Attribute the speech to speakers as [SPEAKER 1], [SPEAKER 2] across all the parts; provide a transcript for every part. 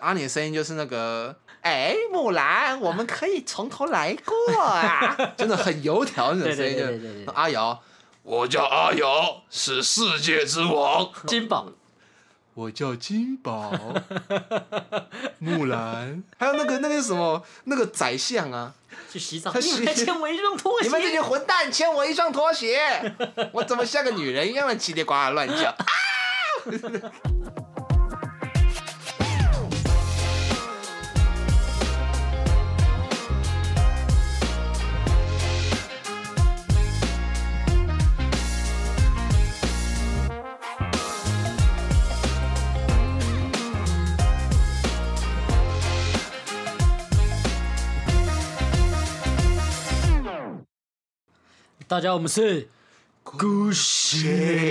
[SPEAKER 1] 阿尼的声音就是那 个，哎，木兰，我们可以从头来过 啊，真的很油条那种声
[SPEAKER 2] 对对
[SPEAKER 1] 音。
[SPEAKER 2] 对
[SPEAKER 1] 就
[SPEAKER 2] 对对对，
[SPEAKER 1] 阿瑶，我叫阿瑶，是世界之王。
[SPEAKER 2] 金宝
[SPEAKER 1] 我叫金宝，木兰，还有那个那个什么那个宰相啊，
[SPEAKER 2] 去洗澡，
[SPEAKER 1] 他
[SPEAKER 2] 你
[SPEAKER 1] 洗
[SPEAKER 2] 们还欠我一双拖
[SPEAKER 1] 你
[SPEAKER 2] 鞋，
[SPEAKER 1] 们这些混蛋，欠我一双拖鞋，我怎么像个女人一样的叽里呱啦乱 叫？
[SPEAKER 2] 大家，我们是故事。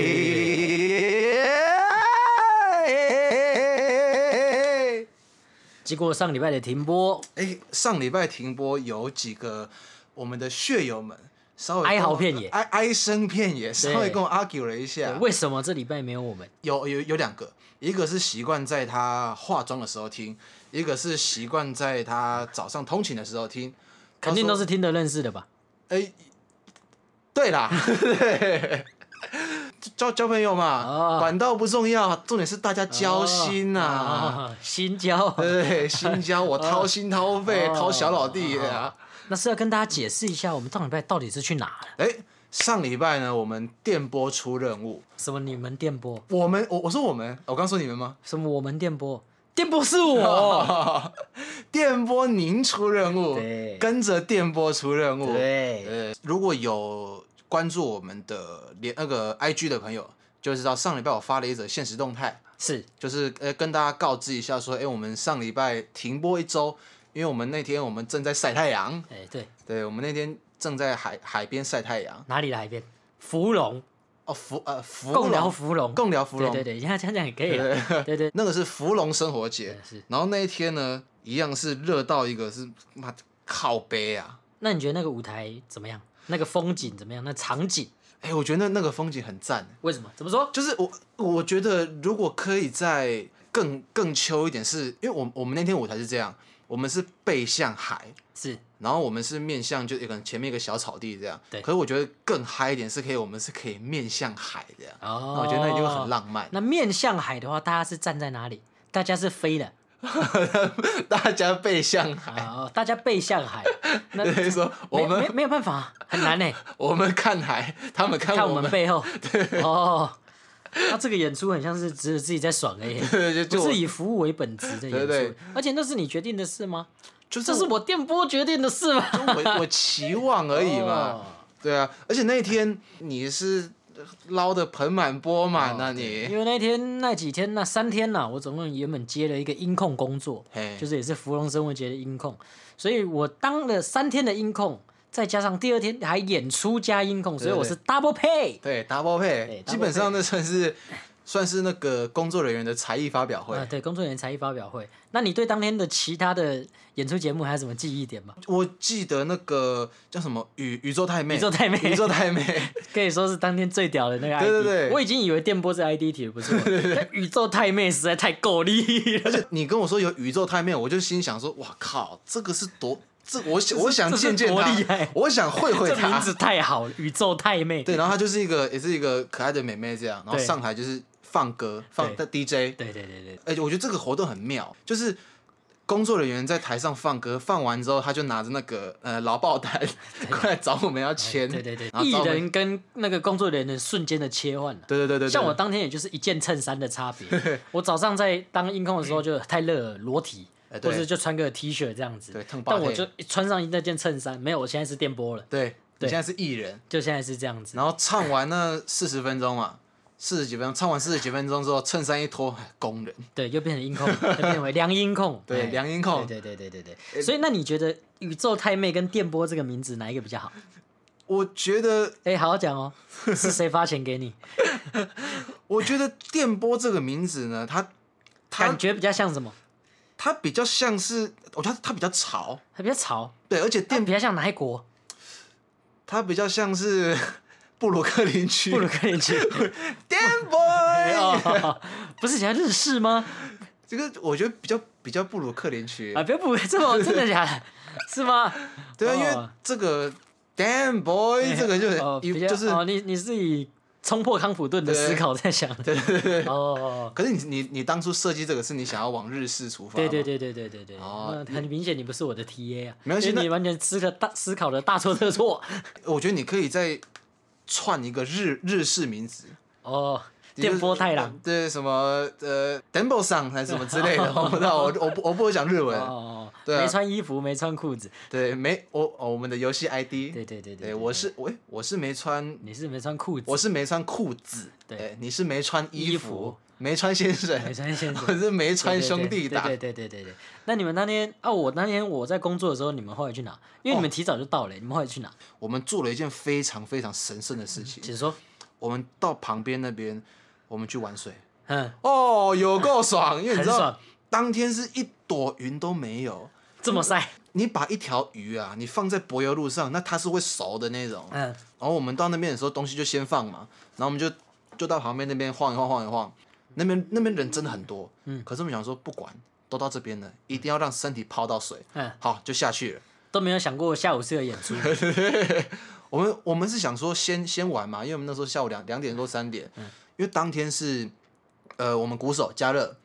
[SPEAKER 2] 经过上礼拜的停播，
[SPEAKER 1] 哎，上礼拜停播有几个我们的血友们稍微
[SPEAKER 2] 哀
[SPEAKER 1] 跟我
[SPEAKER 2] 嚎遍野
[SPEAKER 1] 哀哀声遍野，稍微跟我 argue 了一下。
[SPEAKER 2] 为什么这礼拜没有我们？
[SPEAKER 1] 有有有两个，一个是习惯在他化妆的时候听，一个是习惯在他早上通勤的时候听。
[SPEAKER 2] 肯定
[SPEAKER 1] 他
[SPEAKER 2] 都
[SPEAKER 1] 说
[SPEAKER 2] 是听得认识的吧？
[SPEAKER 1] 哎、对啦， 对交交朋友嘛，
[SPEAKER 2] 啊
[SPEAKER 1] 管道不重要，重点是大家交心呐、
[SPEAKER 2] 啊，心交。
[SPEAKER 1] 对对，心交，我掏心掏肺，
[SPEAKER 2] 哦
[SPEAKER 1] 掏小老弟啊。
[SPEAKER 2] 那是要跟大家解释一下，我们上礼拜到底是去哪了？
[SPEAKER 1] 哎、上礼拜呢，我们电波出任务，
[SPEAKER 2] 什么你们电波？
[SPEAKER 1] 我们我我说我们，我刚说你们吗？
[SPEAKER 2] 什么我们电波？电波是我。
[SPEAKER 1] 电波您出任务
[SPEAKER 2] 对，
[SPEAKER 1] 跟着电波出任务。
[SPEAKER 2] 对，
[SPEAKER 1] 呃，如果有关注我们的连那个 IG 的朋友，就知道上礼拜我发了一则现实动态，
[SPEAKER 2] 是
[SPEAKER 1] 就是呃跟大家告知一下说，哎、我们上礼拜停播一周，因为我们那天我们正在晒太阳，
[SPEAKER 2] 哎，对，
[SPEAKER 1] 对我们那天正在海海边晒太阳。
[SPEAKER 2] 哪里来边？芙蓉，
[SPEAKER 1] 哦，芙呃芙
[SPEAKER 2] 共聊
[SPEAKER 1] 蓉，
[SPEAKER 2] 芙蓉，
[SPEAKER 1] 共聊芙蓉，
[SPEAKER 2] 对对对，现在讲讲也可以了。对对，
[SPEAKER 1] 那个是芙蓉生活节
[SPEAKER 2] 对嗯是。
[SPEAKER 1] 然后那一天呢，一样是热到一个是妈靠背啊！
[SPEAKER 2] 那你觉得那个舞台怎么样？那个风景怎么样？那场景
[SPEAKER 1] 哎、我觉得那那个风景很赞，欸
[SPEAKER 2] 为什么？怎么说？
[SPEAKER 1] 就是我我觉得如果可以再更更秋一点是，因为我我们那天舞台是这样，我们是背向海。
[SPEAKER 2] 是
[SPEAKER 1] 然后我们是面向，就可能前面一个小草地这样。
[SPEAKER 2] 对
[SPEAKER 1] 可是我觉得更嗨一点是可以，我们是可以面向海这样。
[SPEAKER 2] 哦
[SPEAKER 1] 那我觉得那一定会很浪 漫。啊
[SPEAKER 2] 那面向海的话，大家是站在哪里？大家是飞的
[SPEAKER 1] 大家背向
[SPEAKER 2] 啊、
[SPEAKER 1] 海，
[SPEAKER 2] 哦大家背 向海。那
[SPEAKER 1] 所以说我
[SPEAKER 2] 没
[SPEAKER 1] 们
[SPEAKER 2] 没没有办法，啊很难呢。
[SPEAKER 1] 我们看海，他们 看
[SPEAKER 2] 看
[SPEAKER 1] 我
[SPEAKER 2] 我
[SPEAKER 1] 们
[SPEAKER 2] 们，背后。哦，那这个演出很像是只有自己在爽而已，
[SPEAKER 1] 对 就就
[SPEAKER 2] 不
[SPEAKER 1] 我
[SPEAKER 2] 是以服务为本质的演
[SPEAKER 1] 对
[SPEAKER 2] 出。
[SPEAKER 1] 对
[SPEAKER 2] 而且那是你决定的事吗？
[SPEAKER 1] 就
[SPEAKER 2] 这是我电波决定的事吗？
[SPEAKER 1] 我我期望而已嘛，
[SPEAKER 2] 哦。
[SPEAKER 1] 对啊，而且那天你是捞的盆满钵满啊
[SPEAKER 2] 哦对
[SPEAKER 1] 你，
[SPEAKER 2] 因为那天那几天那三天呐、我总共原本接了一个音控工作，
[SPEAKER 1] 嘿
[SPEAKER 2] 就是也是芙蓉生活节的音控，所以我当了三天的音控，再加上第二天还演出加音控，所以我是 double pay。
[SPEAKER 1] 对 double
[SPEAKER 2] 对
[SPEAKER 1] pay，
[SPEAKER 2] ，double
[SPEAKER 1] 基本上那算是算是那个工作人员的才艺发表
[SPEAKER 2] 啊，
[SPEAKER 1] 会。
[SPEAKER 2] 对，工作人员才艺发表会。那你对当天的其他的演出节目还有什么记忆点吗？
[SPEAKER 1] 我记得那个叫什么宇宇宙太妹，
[SPEAKER 2] 宇宙太妹
[SPEAKER 1] 宇宙太妹，
[SPEAKER 2] 可以说是当天最屌的那个 ID。
[SPEAKER 1] 对对对
[SPEAKER 2] 我已经以为电波是 ID 体了，不是我。但宇宙太妹实在太够力了，
[SPEAKER 1] 而且你跟我说有宇宙太妹，我就心想说，哇靠，这个是多这我想我想
[SPEAKER 2] 这是
[SPEAKER 1] 见见
[SPEAKER 2] 多厉害
[SPEAKER 1] 他，我想会会
[SPEAKER 2] 这
[SPEAKER 1] 他，
[SPEAKER 2] 名字太好了，宇宙太妹。
[SPEAKER 1] 啊对，然后她就是一个也是一个可爱的妹妹这样，然后
[SPEAKER 2] 对
[SPEAKER 1] 上台就是放歌放
[SPEAKER 2] 对
[SPEAKER 1] DJ，
[SPEAKER 2] 对对对对，
[SPEAKER 1] 而哎且我觉得这个活动很妙，就是工作人员在台上放歌，放完之后他就拿着那个呃劳报单 过来找我们要签，
[SPEAKER 2] 对对对
[SPEAKER 1] 然，后
[SPEAKER 2] 艺
[SPEAKER 1] 找我们
[SPEAKER 2] 人跟那个工作人员的瞬间的切换了。啊
[SPEAKER 1] 对对对对对，
[SPEAKER 2] 像我当天也就是一件衬衫的差别。我早上在当音控的时候就太热了，裸体，
[SPEAKER 1] 哎对
[SPEAKER 2] 或是就穿个 T 恤这样子
[SPEAKER 1] 对烫。巴
[SPEAKER 2] 但我
[SPEAKER 1] 配
[SPEAKER 2] 就穿上那件衬衫，没有，我现在是电波了，
[SPEAKER 1] 对，你
[SPEAKER 2] 对
[SPEAKER 1] 现在是艺人，
[SPEAKER 2] 就现在是这样子。
[SPEAKER 1] 然后唱完那四十分钟嘛，四十几分钟，唱完四十几分钟之后，衬衫一脱， 哎工人，
[SPEAKER 2] 对，又变成音控，又变为良音控。
[SPEAKER 1] 对
[SPEAKER 2] 哎
[SPEAKER 1] 良音控哎
[SPEAKER 2] 对对对对对对。所以那你觉得宇宙太妹跟电波这个名字哪一个比较好？
[SPEAKER 1] 我觉得
[SPEAKER 2] 哎，好好 讲哦，是谁发钱给你？
[SPEAKER 1] 我觉得电波这个名字呢，它它
[SPEAKER 2] 感觉比较像什么？
[SPEAKER 1] 它比较像是，我觉得它它比较潮，
[SPEAKER 2] 它比较潮，
[SPEAKER 1] 对，而且电
[SPEAKER 2] 电比较像哪一 国？
[SPEAKER 1] 它比较像是 布鲁克林区
[SPEAKER 2] 布鲁克林区。
[SPEAKER 1] 电 boy，
[SPEAKER 2] 哦，不是讲日式吗？
[SPEAKER 1] 这个我觉得比较比较不如克林区
[SPEAKER 2] 啊，，别补这么真的假 的？是吗？
[SPEAKER 1] 对啊，因为
[SPEAKER 2] 哦
[SPEAKER 1] 这个 damn boy 这个就
[SPEAKER 2] 哦，比
[SPEAKER 1] 是
[SPEAKER 2] 较
[SPEAKER 1] 就是，
[SPEAKER 2] 哦，你你是以冲破康普顿的
[SPEAKER 1] 对
[SPEAKER 2] 思考在想的，
[SPEAKER 1] 对对对。
[SPEAKER 2] 哦，
[SPEAKER 1] 可是你你你当初设计这个是你想要往日式出发，
[SPEAKER 2] 对对，对对对对对，
[SPEAKER 1] 哦
[SPEAKER 2] 那很明显你不是我的 TA 啊，
[SPEAKER 1] 没关系
[SPEAKER 2] 因为
[SPEAKER 1] 那
[SPEAKER 2] 你完全思考大思考的大错特错，
[SPEAKER 1] 我觉得你可以再串一个日日式名字，
[SPEAKER 2] 哦，
[SPEAKER 1] 也就是
[SPEAKER 2] 电波太郎，，
[SPEAKER 1] 对什么呃 Dembo 上还是什么之类 的，我不知道，我我不我不会讲日文，
[SPEAKER 2] 哦，
[SPEAKER 1] 对啊
[SPEAKER 2] 没穿衣服，没穿裤子，
[SPEAKER 1] 对，没我哦我们的游戏 ID，
[SPEAKER 2] 对对对
[SPEAKER 1] 对，我是我我是没穿，
[SPEAKER 2] 你是没穿裤子，
[SPEAKER 1] 哎我是没穿裤子，
[SPEAKER 2] 对
[SPEAKER 1] 哎，你是没穿
[SPEAKER 2] 衣
[SPEAKER 1] 衣
[SPEAKER 2] 服
[SPEAKER 1] 服，没穿先生，
[SPEAKER 2] 没穿先生
[SPEAKER 1] 我是没
[SPEAKER 2] 对
[SPEAKER 1] 穿
[SPEAKER 2] 对
[SPEAKER 1] 兄
[SPEAKER 2] 对
[SPEAKER 1] 弟大，
[SPEAKER 2] 对对对对对。那你们那天啊，我那天我在工作的时候，你们后来去哪？因为
[SPEAKER 1] 哦
[SPEAKER 2] 你们提早就到了，你们后来去哪？
[SPEAKER 1] 我们做了一件非常非常神圣的事情，
[SPEAKER 2] 请说。
[SPEAKER 1] 我们到旁边那边，我们去玩水，
[SPEAKER 2] 嗯，
[SPEAKER 1] 哦，有够爽，因为你知
[SPEAKER 2] 很
[SPEAKER 1] 道
[SPEAKER 2] 爽
[SPEAKER 1] 当天是一朵云都没有。
[SPEAKER 2] 这么晒，
[SPEAKER 1] 你把一条鱼啊，你放在柏油路上，那它是会熟的那种。
[SPEAKER 2] 嗯，
[SPEAKER 1] 然后我们到那边的时候，东西就先放嘛，然后我们就就到旁边那边晃一晃晃一晃，那边那边人真的很多，嗯，可是我们想说不管，都到这边了，一定要让身体泡到水，
[SPEAKER 2] 嗯，
[SPEAKER 1] 好就下去了。
[SPEAKER 2] 都没有想过下午是有演 出，
[SPEAKER 1] 我们我们是想说先先玩嘛，因为我们那时候下午两两点多三点，因为当天是呃我们鼓手加热，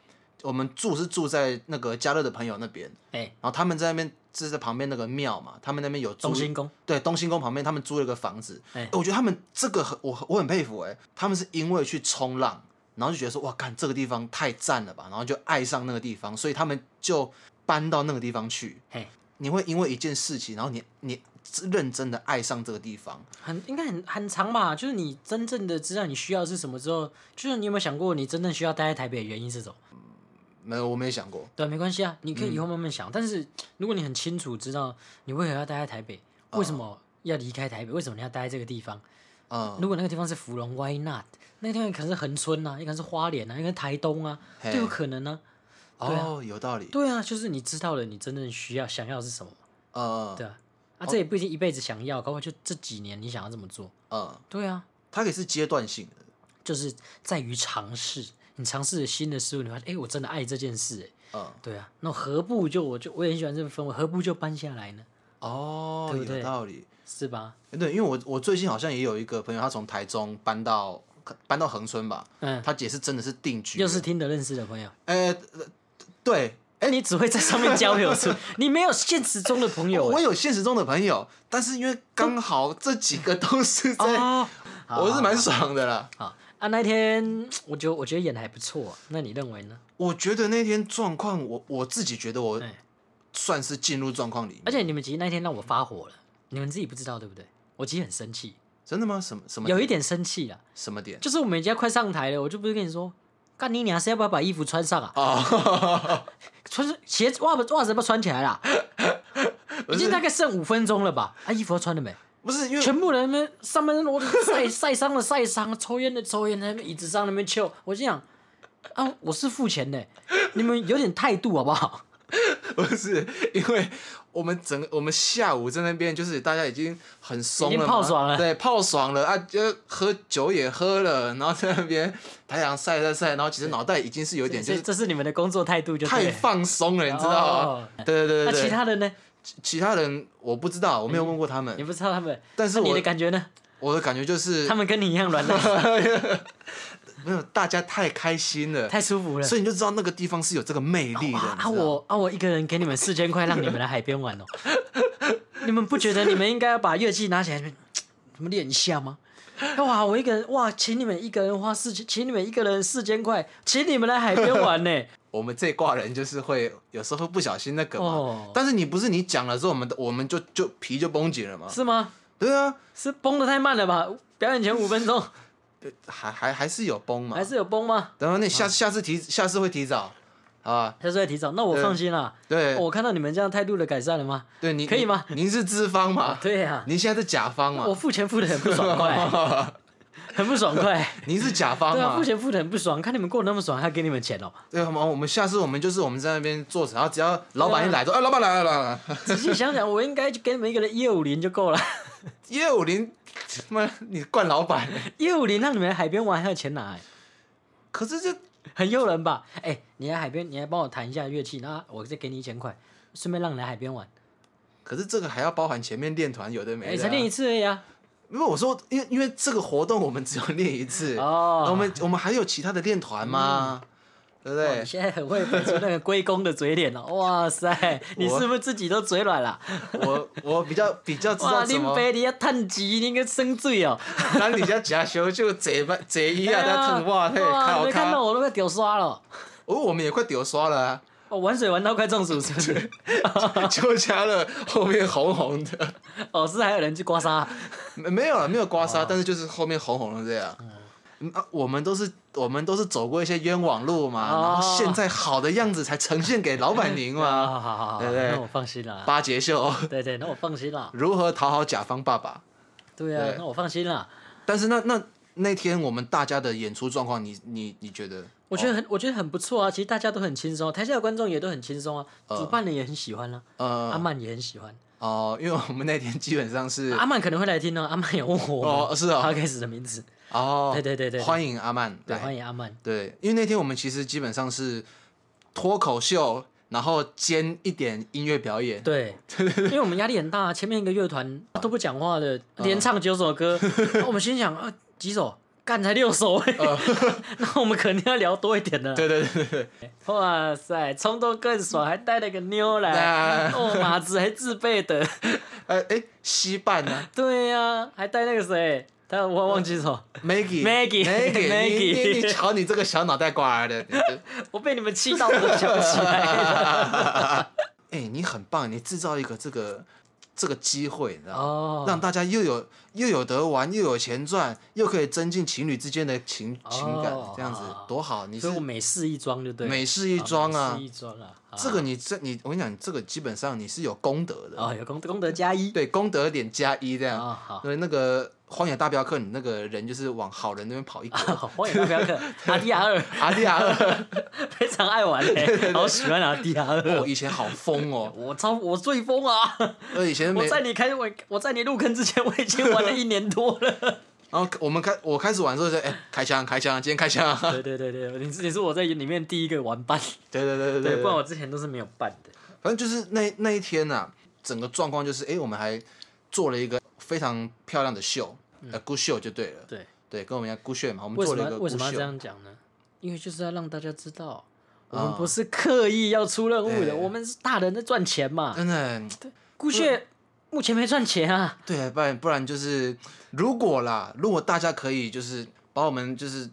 [SPEAKER 1] 我们住是住在那个加热的朋友那边，
[SPEAKER 2] 哎，
[SPEAKER 1] 然后他们在那边是在旁边那个庙嘛，他们那边有租
[SPEAKER 2] 中心宫，
[SPEAKER 1] 对，东兴宫旁边他们租了一个房子。
[SPEAKER 2] 哎
[SPEAKER 1] 欸我觉得他们这个很我我很佩服哎、他们是因为去冲浪，然后就觉得说哇，干这个地方太赞了吧，然后就爱上那个地方，所以他们就搬到那个地方去。
[SPEAKER 2] 嘿，
[SPEAKER 1] 你会因为一件事情，然后你你认真的爱上这个地方。
[SPEAKER 2] 很应该很很长吧？就是你真正的知道你需要是什么之后，就是你有没有想过你真正需要待在台北的原因是什么？
[SPEAKER 1] 没有，我没有想过。
[SPEAKER 2] 对，没关系啊，你可以以后慢慢想。但是如果你很清楚知道你为何要待在台北，为什么要离开台北，为什么你要待在这个地方，
[SPEAKER 1] 嗯，
[SPEAKER 2] 如果那个地方是芙蓉，Why not？那个地方可能是恒春啊，也可能是花莲啊，也可能是台东啊，
[SPEAKER 1] 嘿
[SPEAKER 2] 都有可能呢、对啊
[SPEAKER 1] 哦，有道理。
[SPEAKER 2] 对啊，就是你知道了你真正需要想要的是什么，
[SPEAKER 1] 嗯
[SPEAKER 2] 对啊，啊，这也不一定一辈子想要，搞不好就这几年你想要这么做，
[SPEAKER 1] 嗯，
[SPEAKER 2] 对啊，
[SPEAKER 1] 它可以是阶段性的。
[SPEAKER 2] 就是在于尝试，你尝试了新的事物，你发现，哎、我真的爱这件事、诶
[SPEAKER 1] 嗯，
[SPEAKER 2] 对啊，那何不就我就我也很喜欢这个氛围，何不就搬下来呢？
[SPEAKER 1] 哦，
[SPEAKER 2] 对不对
[SPEAKER 1] 有道理。
[SPEAKER 2] 是吧？
[SPEAKER 1] 对，因为我我最近好像也有一个朋友，他从台中搬到搬到恒春吧，
[SPEAKER 2] 嗯，
[SPEAKER 1] 他也是真的是定居了，
[SPEAKER 2] 又是听得认识的朋友，
[SPEAKER 1] 呃，对，
[SPEAKER 2] 哎、你只会在上面交 友是不是，你没有现实中的朋友、哎
[SPEAKER 1] 我
[SPEAKER 2] 诶
[SPEAKER 1] 有现实中的朋友，但是因为刚好这几个都是在，
[SPEAKER 2] 哦，好
[SPEAKER 1] 我是蛮爽的啦。
[SPEAKER 2] 好啊，那天我觉得我觉得演的还不错、啊那你认为呢？
[SPEAKER 1] 我觉得那天状况，我我自己觉得我
[SPEAKER 2] 哎
[SPEAKER 1] 算是进入状况里面。
[SPEAKER 2] 而且你们其实那天让我发火了，你们自己不知道对不对？我其实很生气，
[SPEAKER 1] 真的吗？什么什么
[SPEAKER 2] 有一点生气啊了，
[SPEAKER 1] 什么点？
[SPEAKER 2] 就是我们已经要快上台了，我就不是跟你说，干你娘是要不要把衣服穿上啊？
[SPEAKER 1] 哦，
[SPEAKER 2] 穿鞋子袜子袜子要不要穿起 来啦？已经大概剩五分钟了吧？啊，衣服要穿了没？
[SPEAKER 1] 不是因为
[SPEAKER 2] 全部人们上半身裸体，晒 晒伤的晒伤，抽烟的抽烟，在那边椅子上那边翘。我心想，啊，我是付钱的，你们有点态度好不好？
[SPEAKER 1] 不是因为我们整个我们下午在那边就是大家已经很松了嘛，
[SPEAKER 2] 已经泡爽了
[SPEAKER 1] 对，泡爽了啊，就喝酒也喝了，然后在那边太阳晒晒晒，然后其实脑袋已经是有点就
[SPEAKER 2] 这
[SPEAKER 1] 是
[SPEAKER 2] 这是你们的工作态度就 对
[SPEAKER 1] 太
[SPEAKER 2] 了
[SPEAKER 1] 放松了，你知道吗
[SPEAKER 2] 哦？
[SPEAKER 1] 对对对
[SPEAKER 2] 那
[SPEAKER 1] 对对。
[SPEAKER 2] 其他的呢？
[SPEAKER 1] 其其他人我不知道，我没有问过他
[SPEAKER 2] 你
[SPEAKER 1] 们，
[SPEAKER 2] 不知道他们，
[SPEAKER 1] 但是
[SPEAKER 2] 那你
[SPEAKER 1] 我
[SPEAKER 2] 的感觉呢？
[SPEAKER 1] 我的感觉就是
[SPEAKER 2] 嗯他们跟你一样软烂，
[SPEAKER 1] 没有大家太开心了，
[SPEAKER 2] 太舒服了。
[SPEAKER 1] 所以你就知道那个地方是有这个魅力的。你
[SPEAKER 2] 哇
[SPEAKER 1] 知
[SPEAKER 2] 啊
[SPEAKER 1] 道
[SPEAKER 2] 我啊我一个人给你们四千块，让你们来海 边玩哦。你们不觉得你们应该要把乐器拿起来，你们练一下吗？哇，我一个人哇，请你们一个人花四千，请你们一个人四千块，请你们来海边玩 呢。
[SPEAKER 1] 我们这一挂人就是会有时候会不小心那个嘛，
[SPEAKER 2] 哦
[SPEAKER 1] 但是你不是你讲了之后，我们我们就就皮就绷紧了嘛。
[SPEAKER 2] 是吗？
[SPEAKER 1] 对啊，
[SPEAKER 2] 是崩的太慢了吧？表演前五 分钟
[SPEAKER 1] 还还还是有绷嘛
[SPEAKER 2] 还。是有啊崩吗？
[SPEAKER 1] 然后那下下次提下次会提早，好吧？
[SPEAKER 2] 他说要提早，那我放心啦。
[SPEAKER 1] 对
[SPEAKER 2] 我看到你们这样态度的改善了吗？
[SPEAKER 1] 对，您
[SPEAKER 2] 可以吗
[SPEAKER 1] 您您是资方嘛？
[SPEAKER 2] 对呀、
[SPEAKER 1] 您现在是甲方嘛
[SPEAKER 2] 我？付钱付的很不爽快， 很不爽快。
[SPEAKER 1] 您是甲方
[SPEAKER 2] 对啊，
[SPEAKER 1] 嘛
[SPEAKER 2] 付？钱付的很不爽，看你们过得那么爽，还给你们钱哦、
[SPEAKER 1] 对，我们我们下次我们就是我们在那边坐着，然后只
[SPEAKER 2] 啊
[SPEAKER 1] 要老板一来说，哎，老板来了来了， 来了
[SPEAKER 2] 仔细想想，我应该就给你们一个人一二五零就够了，
[SPEAKER 1] 一二五零，他妈你惯老板。
[SPEAKER 2] 一二五零让你们来海边玩还有钱拿、欸，
[SPEAKER 1] 可是这
[SPEAKER 2] 哎很诱人吧？哎、你来海边，你来帮我弹一下乐器，那我再给你一千块，顺便让你来海边玩，
[SPEAKER 1] 可是这个还要包含前面练团有的
[SPEAKER 2] 哎、
[SPEAKER 1] 没的、
[SPEAKER 2] 才
[SPEAKER 1] 啊。
[SPEAKER 2] 练一次而已啊。
[SPEAKER 1] 因为我说，因为因为这个活动我们只有练一次，
[SPEAKER 2] 哦，
[SPEAKER 1] 我们我们还有其他的练团吗？对不
[SPEAKER 2] 哇
[SPEAKER 1] 对
[SPEAKER 2] 哦你？现在很会摆出那个龟公的 嘴脸哦，哇塞，你
[SPEAKER 1] 我
[SPEAKER 2] 是不是自己都嘴软了？
[SPEAKER 1] 我我比较比较知
[SPEAKER 2] 哇，
[SPEAKER 1] 道怎
[SPEAKER 2] 林
[SPEAKER 1] 么
[SPEAKER 2] 北你要趁钱，你应该生醉哦。
[SPEAKER 1] 当底下假修就这班这一啊，
[SPEAKER 2] 哎
[SPEAKER 1] 在
[SPEAKER 2] 呀
[SPEAKER 1] 疼哇嘿，
[SPEAKER 2] 哇，你
[SPEAKER 1] 靠
[SPEAKER 2] 没看
[SPEAKER 1] 看啊
[SPEAKER 2] 到我都快屌刷了，
[SPEAKER 1] 哦，我们也快丢刷了、啊，
[SPEAKER 2] 我玩水玩到快中暑是不是？
[SPEAKER 1] 就加了后面红红的，
[SPEAKER 2] 哦，是还有人去刮
[SPEAKER 1] 啊
[SPEAKER 2] 痧，
[SPEAKER 1] 没没有了，没有刮
[SPEAKER 2] 哦
[SPEAKER 1] 痧，但是就是后面红红的这样。嗯啊，我们都是我们都是走过一些冤枉路嘛，
[SPEAKER 2] 哦
[SPEAKER 1] 然后现在好的样子才呈现给老板您嘛。
[SPEAKER 2] 啊， 好好好，
[SPEAKER 1] 对不对
[SPEAKER 2] 那我放心了。
[SPEAKER 1] 八节秀
[SPEAKER 2] 对对，那我放心了。
[SPEAKER 1] 如何讨好甲方爸爸？
[SPEAKER 2] 对啊
[SPEAKER 1] 对，
[SPEAKER 2] 那我放心了。
[SPEAKER 1] 但是那那那天我们大家的演出状况，你你你觉得？
[SPEAKER 2] 我觉得很，我觉得很不错啊。其实大家都很轻松，台下的观众也都很轻松啊，主办人也很喜欢啦，阿
[SPEAKER 1] 呃
[SPEAKER 2] 曼也很喜欢。
[SPEAKER 1] 哦，因为我们那天基本上是
[SPEAKER 2] 阿曼可能会来听哦，阿曼有问我
[SPEAKER 1] 哦是啊
[SPEAKER 2] p o d 的名字，
[SPEAKER 1] 哦，
[SPEAKER 2] 对对对对对
[SPEAKER 1] 欢迎阿曼
[SPEAKER 2] 对，
[SPEAKER 1] 来
[SPEAKER 2] 欢迎阿曼。
[SPEAKER 1] 对，因为那天我们其实基本上是脱口秀，然后兼一点音乐表演。
[SPEAKER 2] 对，因为我们压力很大，啊前面一个乐团都不讲话的，
[SPEAKER 1] 嗯
[SPEAKER 2] 连唱九 首歌，我们心想啊，几首？干才六首哎、 那我们肯定要聊多一点
[SPEAKER 1] 嗯
[SPEAKER 2] 的。
[SPEAKER 1] 对对对对对，
[SPEAKER 2] 哇塞，冲动更爽，还带了个妞来，
[SPEAKER 1] 那
[SPEAKER 2] 哦，马子还自备的，
[SPEAKER 1] 呃哎，西半 呢
[SPEAKER 2] 对呀、还带那个谁，他我忘记 什么，Maggie，
[SPEAKER 1] ？Maggie，Maggie，Maggie，
[SPEAKER 2] Maggie
[SPEAKER 1] 你你瞧你这个小脑袋瓜儿的，你这
[SPEAKER 2] 我被你们气到我都想不起 来了。
[SPEAKER 1] 哎，你很棒，你制造一个这个这个机会，你知道吗？
[SPEAKER 2] 哦，
[SPEAKER 1] 让大家又有又有得玩，又有钱赚，又可以增进情侣之间的情情感
[SPEAKER 2] 哦，
[SPEAKER 1] 这样子多好！你是
[SPEAKER 2] 所以我美式一装就对了，
[SPEAKER 1] 美式一桩
[SPEAKER 2] 美
[SPEAKER 1] 啊
[SPEAKER 2] 式，一装啊，啊
[SPEAKER 1] 这个你这你我跟你讲，这个基本上你是有功德的，
[SPEAKER 2] 哦有功功德加一，
[SPEAKER 1] 对，功德点加一这样。
[SPEAKER 2] 啊好。
[SPEAKER 1] 对，那个《荒野大镖客》，你那个人就是往好人那边跑一格。
[SPEAKER 2] 荒野大镖客， 阿迪亚二
[SPEAKER 1] 阿迪亚 尔，
[SPEAKER 2] 非常爱玩 嘞、好喜欢阿迪亚
[SPEAKER 1] 我
[SPEAKER 2] 二。
[SPEAKER 1] 以前好疯哦，
[SPEAKER 2] 我超我最疯啊！
[SPEAKER 1] 呃，以前没
[SPEAKER 2] 我，在你开我我在你入坑之前，我已经玩了一年多 了。
[SPEAKER 1] 然后我们开我开始玩的时候就哎、开枪开枪，今天开枪、
[SPEAKER 2] 对对对对，你是你是我在里面第一个玩伴，
[SPEAKER 1] 对对对对
[SPEAKER 2] 对，
[SPEAKER 1] 对
[SPEAKER 2] 不然我之前都是没有伴的。
[SPEAKER 1] 反正就是那那一天呐、啊，整个状况就是哎、我们还做了一个非常漂亮的秀，呃，孤秀就对了，
[SPEAKER 2] 嗯对，
[SPEAKER 1] 对，跟我们一样孤秀嘛，我们
[SPEAKER 2] 为
[SPEAKER 1] 做
[SPEAKER 2] 什
[SPEAKER 1] 了一
[SPEAKER 2] 么
[SPEAKER 1] 个哦
[SPEAKER 2] 为
[SPEAKER 1] 孤
[SPEAKER 2] 什么要这
[SPEAKER 1] 秀，
[SPEAKER 2] 样讲呢？因为就是要让大家知道，我
[SPEAKER 1] 啊
[SPEAKER 2] 们不是刻意要出任务
[SPEAKER 1] 对嗯
[SPEAKER 2] 的，我们是大人在赚钱嘛。
[SPEAKER 1] 真的，
[SPEAKER 2] 顾血目前没赚钱啊，
[SPEAKER 1] 对，不然不然就是如果啦，如果大家可以就是把我们就是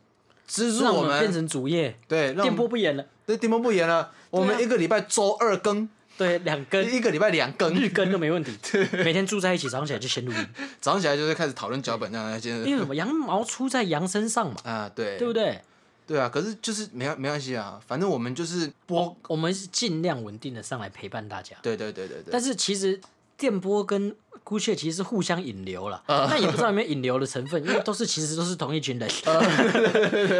[SPEAKER 1] 资助
[SPEAKER 2] 让
[SPEAKER 1] 我
[SPEAKER 2] 我们变
[SPEAKER 1] 们，
[SPEAKER 2] 成主业，
[SPEAKER 1] 对，让我
[SPEAKER 2] 电
[SPEAKER 1] 们
[SPEAKER 2] 波不演了，
[SPEAKER 1] 对，电波不严了，我们一个礼拜周二更，
[SPEAKER 2] 对，两根
[SPEAKER 1] 一个礼拜两更，
[SPEAKER 2] 日更都没问题，每天住在一起，早上起来就先录音。
[SPEAKER 1] 早上起来就是开始讨论脚本这样，现在
[SPEAKER 2] 因为什么？羊毛出在羊身上嘛，
[SPEAKER 1] 啊，对，
[SPEAKER 2] 对不对？
[SPEAKER 1] 对啊，可是就是没关没关系啊，反正我们就是播，
[SPEAKER 2] 我们是尽量稳定的上来陪伴大家。
[SPEAKER 1] 对对对对对，
[SPEAKER 2] 但是其实电波跟姑且其实是互相引流了，
[SPEAKER 1] 啊
[SPEAKER 2] 但也不知道有没有引流的成分，因为都是其实都是同一 群人，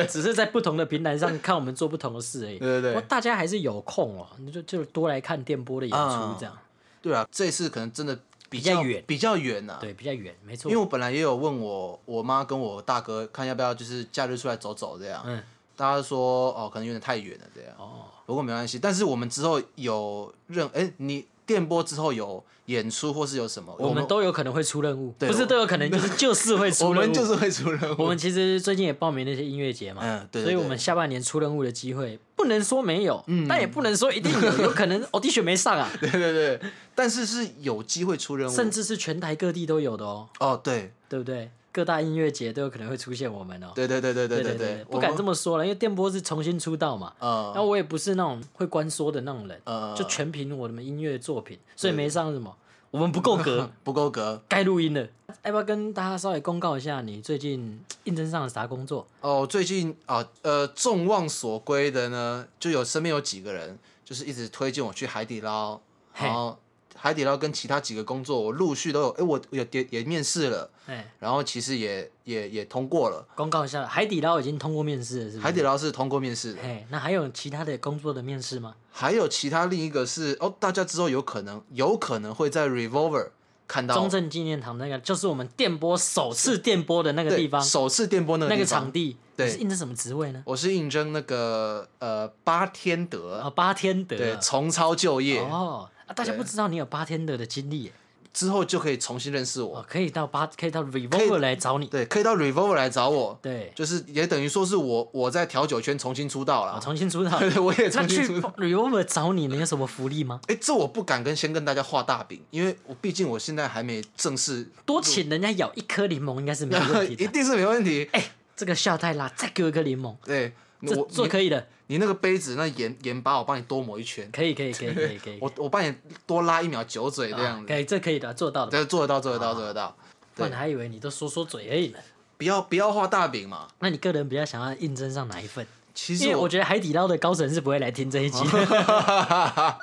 [SPEAKER 2] 只是在不同的平台上看我们做不同的事而已。
[SPEAKER 1] 对对对
[SPEAKER 2] 不过大家还是有空哦，你就就多来看电波的演出
[SPEAKER 1] 嗯，
[SPEAKER 2] 这样
[SPEAKER 1] 对啊，这一次可能真的比
[SPEAKER 2] 较
[SPEAKER 1] 较
[SPEAKER 2] 远
[SPEAKER 1] 比较远呐、啊，
[SPEAKER 2] 对比较远，没错
[SPEAKER 1] 因为。我本来也有问我我妈跟我大哥看要不要就是假日出来走走这样，
[SPEAKER 2] 嗯
[SPEAKER 1] 大家说哦可能有点太远了这样，
[SPEAKER 2] 哦，
[SPEAKER 1] 不过没关系，但是我们之后有任哎你电波之后有演出或是有什么，
[SPEAKER 2] 我们都有可能会出任务，
[SPEAKER 1] 对
[SPEAKER 2] 不是
[SPEAKER 1] 我
[SPEAKER 2] 都有可 能，就是就是会
[SPEAKER 1] 我
[SPEAKER 2] 出
[SPEAKER 1] 们
[SPEAKER 2] 任务。
[SPEAKER 1] 就是会出任务，
[SPEAKER 2] 我们其实最近也报名那些音乐节嘛，
[SPEAKER 1] 嗯对对
[SPEAKER 2] 所以
[SPEAKER 1] 对
[SPEAKER 2] 我们下半年出任务的机会，不能说没有，
[SPEAKER 1] 嗯
[SPEAKER 2] 但也不能说一定有，有可能 audition 没上啊，
[SPEAKER 1] 对对对，但是是有机会出任务，
[SPEAKER 2] 甚至是全台各地都有的哦，
[SPEAKER 1] 哦，对
[SPEAKER 2] 对不对？各大音乐节都有可能会出现我们哦。
[SPEAKER 1] 对对对对对
[SPEAKER 2] 对
[SPEAKER 1] 对，
[SPEAKER 2] 不敢这
[SPEAKER 1] 么
[SPEAKER 2] 么说了，因为电波是重新出道嘛，然
[SPEAKER 1] 呃
[SPEAKER 2] 后我也不是那种会关说的那种人，
[SPEAKER 1] 呃
[SPEAKER 2] 就全凭我们音乐作品，所以没上什么，我们不够 格，
[SPEAKER 1] 不够格
[SPEAKER 2] 该录音了。要不要跟大家稍微公告一下你最近应征上了啥工作？
[SPEAKER 1] 哦。最近啊呃众望所归的呢，就有身边有几个人就是一直推荐我去海底捞，
[SPEAKER 2] 嘿
[SPEAKER 1] 然后海底捞跟其他几个工作我陆续都有，哎我有也也面试了，
[SPEAKER 2] 哎，
[SPEAKER 1] 然后其实也也也通过了，
[SPEAKER 2] 公告一下，海底捞已经通过面试了，是不是？
[SPEAKER 1] 海底捞是通过面试的，
[SPEAKER 2] 哎，那还有其他的工作的面试吗？
[SPEAKER 1] 还有其他另一个是哦，大家之后有可能有可能会在 Revolver 看到
[SPEAKER 2] 中正纪念堂那个，就是我们电波首次电波的那个
[SPEAKER 1] 对
[SPEAKER 2] 地方，
[SPEAKER 1] 首次电波那个
[SPEAKER 2] 那
[SPEAKER 1] 地
[SPEAKER 2] 个
[SPEAKER 1] 方
[SPEAKER 2] 场地，
[SPEAKER 1] 对
[SPEAKER 2] 你是应征什么职位呢？
[SPEAKER 1] 我是应征那个呃八天德，
[SPEAKER 2] 啊，八天德
[SPEAKER 1] 对，
[SPEAKER 2] 啊，
[SPEAKER 1] 重操旧业、
[SPEAKER 2] 哦，啊大家
[SPEAKER 1] 对
[SPEAKER 2] 不知道你有八天德的经历耶，
[SPEAKER 1] 之后就可以重新认识我，
[SPEAKER 2] 哦，可以到八，可以到 Revolver 来找你，
[SPEAKER 1] 对，可以到 Revolver 来找我，
[SPEAKER 2] 对，
[SPEAKER 1] 就是也等于说是我我在调酒圈重新出道
[SPEAKER 2] 啊，
[SPEAKER 1] 了，
[SPEAKER 2] 重新出道。
[SPEAKER 1] 对，我也
[SPEAKER 2] 那
[SPEAKER 1] 重新
[SPEAKER 2] 去
[SPEAKER 1] 出道。
[SPEAKER 2] Revolver 找你，你有什么福利吗？
[SPEAKER 1] 哎、这我不敢跟先跟大家画大饼，因为我毕竟我现在还没正式，
[SPEAKER 2] 多请人家咬一颗柠檬应该是没有问 题
[SPEAKER 1] 一
[SPEAKER 2] 的。
[SPEAKER 1] 定是没问题。
[SPEAKER 2] 哎、这个笑太辣，再给我一颗柠檬，
[SPEAKER 1] 对，
[SPEAKER 2] 这
[SPEAKER 1] 我
[SPEAKER 2] 这
[SPEAKER 1] 你
[SPEAKER 2] 可以的，
[SPEAKER 1] 你那个杯子那盐盐巴，我帮你多抹一圈，
[SPEAKER 2] 可以可以可以可以可以，
[SPEAKER 1] 我我帮你多拉一秒酒嘴这样
[SPEAKER 2] 啊
[SPEAKER 1] 子，
[SPEAKER 2] 可以这可以啊的，做到的。
[SPEAKER 1] 对，做得到，做得到，做得到。
[SPEAKER 2] 不
[SPEAKER 1] 对
[SPEAKER 2] 然还以为你都说说嘴而已呢。
[SPEAKER 1] 不要不要画大饼嘛。
[SPEAKER 2] 那你个人比较想要应征上哪一份？
[SPEAKER 1] 其
[SPEAKER 2] 因
[SPEAKER 1] 实
[SPEAKER 2] 为我
[SPEAKER 1] 我
[SPEAKER 2] 觉得海底捞的高层是不会来听这一 集的，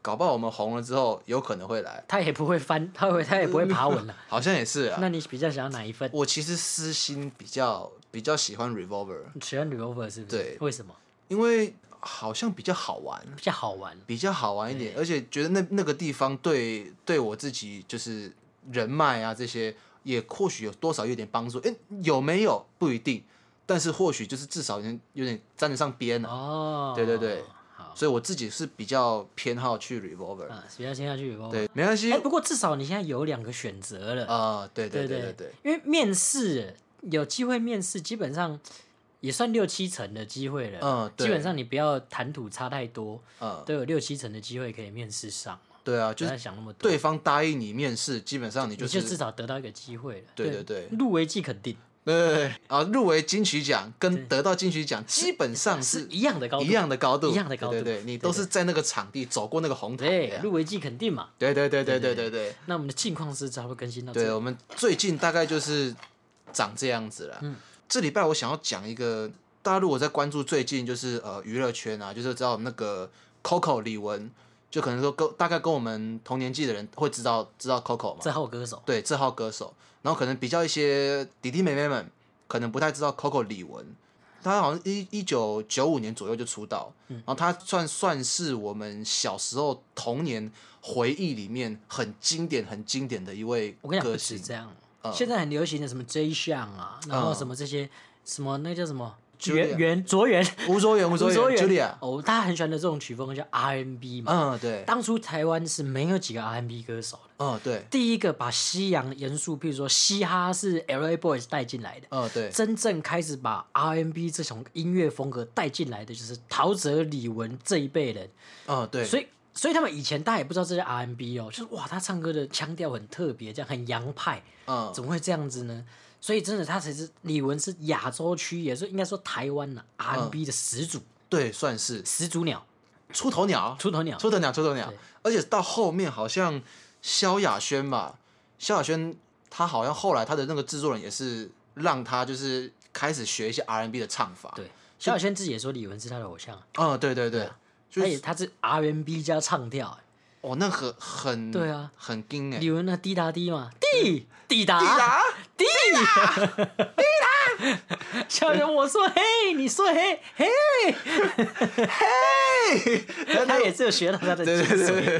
[SPEAKER 1] 搞不好我 们红了之后，有可能会来，
[SPEAKER 2] 他也不会翻， 他会他也不会爬文了。
[SPEAKER 1] 好像也是啊。
[SPEAKER 2] 那你比较想要哪一份？
[SPEAKER 1] 我其实私心比较比较喜欢 Revolver，
[SPEAKER 2] 你喜欢 Revolver 是不是？
[SPEAKER 1] 对
[SPEAKER 2] 为什么？
[SPEAKER 1] 因为好像比较好玩，
[SPEAKER 2] 比较好玩。
[SPEAKER 1] 比较好玩一点，而且觉得那那个地方对对我自己就是人脉啊这些，也或许有多少有点帮助。诶，有没有不一定，但是或许就是至少有点有点沾得上边了、
[SPEAKER 2] 哦，
[SPEAKER 1] 对对对，
[SPEAKER 2] 好，
[SPEAKER 1] 所以我自己是比较偏好去 Revolver，、
[SPEAKER 2] 啊，比较先下去 Revolver。
[SPEAKER 1] 对，没关系
[SPEAKER 2] 哎、，不过至少你现在有两个选择了。
[SPEAKER 1] 啊、对对
[SPEAKER 2] 对
[SPEAKER 1] 对对对，
[SPEAKER 2] 因为面试有机会面试，基本上也算六七成的机会了。
[SPEAKER 1] 嗯对
[SPEAKER 2] 基本上你不要谈吐差太多，
[SPEAKER 1] 嗯，
[SPEAKER 2] 都有六七成的机会可以面试上嘛。
[SPEAKER 1] 对啊，
[SPEAKER 2] 不
[SPEAKER 1] 就
[SPEAKER 2] 要
[SPEAKER 1] 是
[SPEAKER 2] 想那么多，
[SPEAKER 1] 对方答应你面试，基本上你
[SPEAKER 2] 你
[SPEAKER 1] 就是
[SPEAKER 2] 就至少得到一个机会了。
[SPEAKER 1] 对对对
[SPEAKER 2] 入围即肯定
[SPEAKER 1] 对对对啊，入围金曲奖跟得到金曲奖基本上
[SPEAKER 2] 是
[SPEAKER 1] 是
[SPEAKER 2] 一样的高度，
[SPEAKER 1] 一样的高度，
[SPEAKER 2] 一样的高度
[SPEAKER 1] 对对对，你都是在那个场地走过那个红毯的
[SPEAKER 2] 对，
[SPEAKER 1] 呀，
[SPEAKER 2] 入围即肯定嘛。
[SPEAKER 1] 对对对对对对对，
[SPEAKER 2] 那我们的近况是差不多更新到这
[SPEAKER 1] 对哦
[SPEAKER 2] 里。
[SPEAKER 1] 我们最近大概就是长这样子了。
[SPEAKER 2] 嗯
[SPEAKER 1] 这礼拜我想要讲一个，大家如果在关注最近就是呃娱乐圈啊，就是知道我们那个 Coco 李玟，就可能说跟大概跟我们同年纪的人会知道知道 Coco 嘛，
[SPEAKER 2] 这号歌手
[SPEAKER 1] 对，这号歌手，然后可能比较一些弟弟妹妹们可能不太知道 Coco 李玟，她好像一一九九五年左右就出道，
[SPEAKER 2] 嗯
[SPEAKER 1] 然后她算算是我们小时候童年回忆里面很经典、很经典的一位
[SPEAKER 2] 我跟你讲，
[SPEAKER 1] 歌
[SPEAKER 2] 不止
[SPEAKER 1] 星。嗯
[SPEAKER 2] 这样，嗯现在很流行的什么 J 项啊，然后什么这些什么那个叫什么
[SPEAKER 1] Julia
[SPEAKER 2] 圆圆卓圆，
[SPEAKER 1] 吴卓源，吴卓源，Julia，
[SPEAKER 2] 哦，大家很喜欢的这种曲风叫 RMB 嘛。
[SPEAKER 1] 嗯，对，
[SPEAKER 2] 当初台湾是没有几个 RMB 歌手的，
[SPEAKER 1] 嗯，对，
[SPEAKER 2] 第一个把西洋元素，譬如说嘻哈是 LA Boys 带进来的，
[SPEAKER 1] 嗯，对，
[SPEAKER 2] 真正开始把 RMB 这种音乐风格带进来的就是陶喆、李玟这一辈人，
[SPEAKER 1] 嗯，对，
[SPEAKER 2] 所以。所以他们以前大家也不知道这是 RMB 哦，就是哇，他唱歌的腔调很特别，这样很洋派，
[SPEAKER 1] 嗯，
[SPEAKER 2] 怎么会这样子呢？所以真的，他才是李玟是亚洲区，也是应该说台湾
[SPEAKER 1] 嗯
[SPEAKER 2] 呐、RMB 的始祖，
[SPEAKER 1] 对，算是
[SPEAKER 2] 始祖鸟，
[SPEAKER 1] 出头鸟，
[SPEAKER 2] 出头鸟。
[SPEAKER 1] 出头鸟，出头鸟
[SPEAKER 2] 对。
[SPEAKER 1] 而且到后面好像萧亚轩吧，萧亚轩他好像后来他的那个制作人也是让他就是开始学一些 R&B 的唱法。，
[SPEAKER 2] 对，萧亚轩自己也说李玟是他的偶像啊，
[SPEAKER 1] 嗯，对对对，就
[SPEAKER 2] 他也
[SPEAKER 1] 是
[SPEAKER 2] 他是 RMB 加唱跳啊、
[SPEAKER 1] 哦，那很很
[SPEAKER 2] 对啊，
[SPEAKER 1] 很硬哎、啊
[SPEAKER 2] 李啊玟那滴答滴
[SPEAKER 1] 嗯
[SPEAKER 2] 嘛，滴滴答
[SPEAKER 1] 地达
[SPEAKER 2] 滴答滴答， 萧亚轩我说嘿，你说嘿嘿，
[SPEAKER 1] 嘿，
[SPEAKER 2] 他也是有学到他的精
[SPEAKER 1] 对对
[SPEAKER 2] 髓。
[SPEAKER 1] 对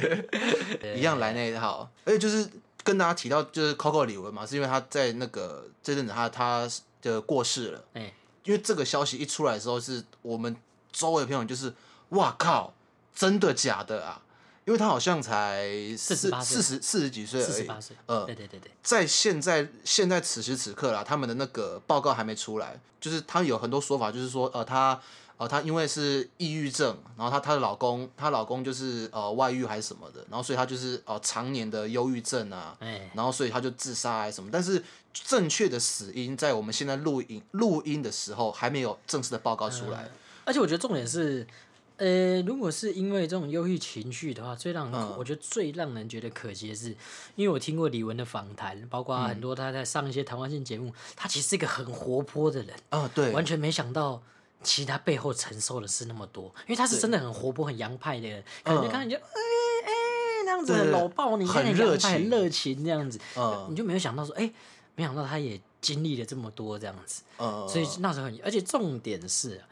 [SPEAKER 1] 对对，一样来那一套。而且就是跟大家提到，就是 Coco 李玟嘛，是因为他在那个这阵子他他的过世了。
[SPEAKER 2] 哎，
[SPEAKER 1] 因为这个消息一出来的时候，是我们周围的朋友就是哇靠，真的假的啊？因为他好像才四
[SPEAKER 2] 48岁
[SPEAKER 1] 四十四十几岁而已，
[SPEAKER 2] 四十八岁，
[SPEAKER 1] 呃
[SPEAKER 2] 对对对对，
[SPEAKER 1] 在现在现在此时此刻啦，他们的那个报告还没出来，就是他们有很多说法，就是说呃她呃她因为是抑郁症，然后她她的老公她老公就是呃外遇还是什么的，然后所以她就是呃常年的忧郁症啊，
[SPEAKER 2] 哎，
[SPEAKER 1] 然后所以她就自杀还是什么，但是正确的死因在我们现在录音录音的时候还没有正式的报告出来，
[SPEAKER 2] 而且我觉得重点是，呃，如果是因为这种忧郁情绪的话，最让人、
[SPEAKER 1] 嗯
[SPEAKER 2] 我觉得最让人觉得可惜的是，因为我听过李玟的访谈，包
[SPEAKER 1] 嗯
[SPEAKER 2] 括很多他在上一些台湾性节目，他其实是一个很活泼的人，
[SPEAKER 1] 啊、对，
[SPEAKER 2] 完全没想到。其实他背后承受的是那么多，因为他是
[SPEAKER 1] 对
[SPEAKER 2] 真的很活泼、很洋派的人，可能就
[SPEAKER 1] 嗯
[SPEAKER 2] 看到你就哎哎那样子
[SPEAKER 1] 对
[SPEAKER 2] 搂抱你，
[SPEAKER 1] 很
[SPEAKER 2] 看起来
[SPEAKER 1] 热
[SPEAKER 2] 洋派很
[SPEAKER 1] 情
[SPEAKER 2] 热情这样子，
[SPEAKER 1] 嗯
[SPEAKER 2] 你就没有想到说，哎、没想到他也经历了这么多这样子。
[SPEAKER 1] 呃，
[SPEAKER 2] 所以那时候很，而且重点是啊、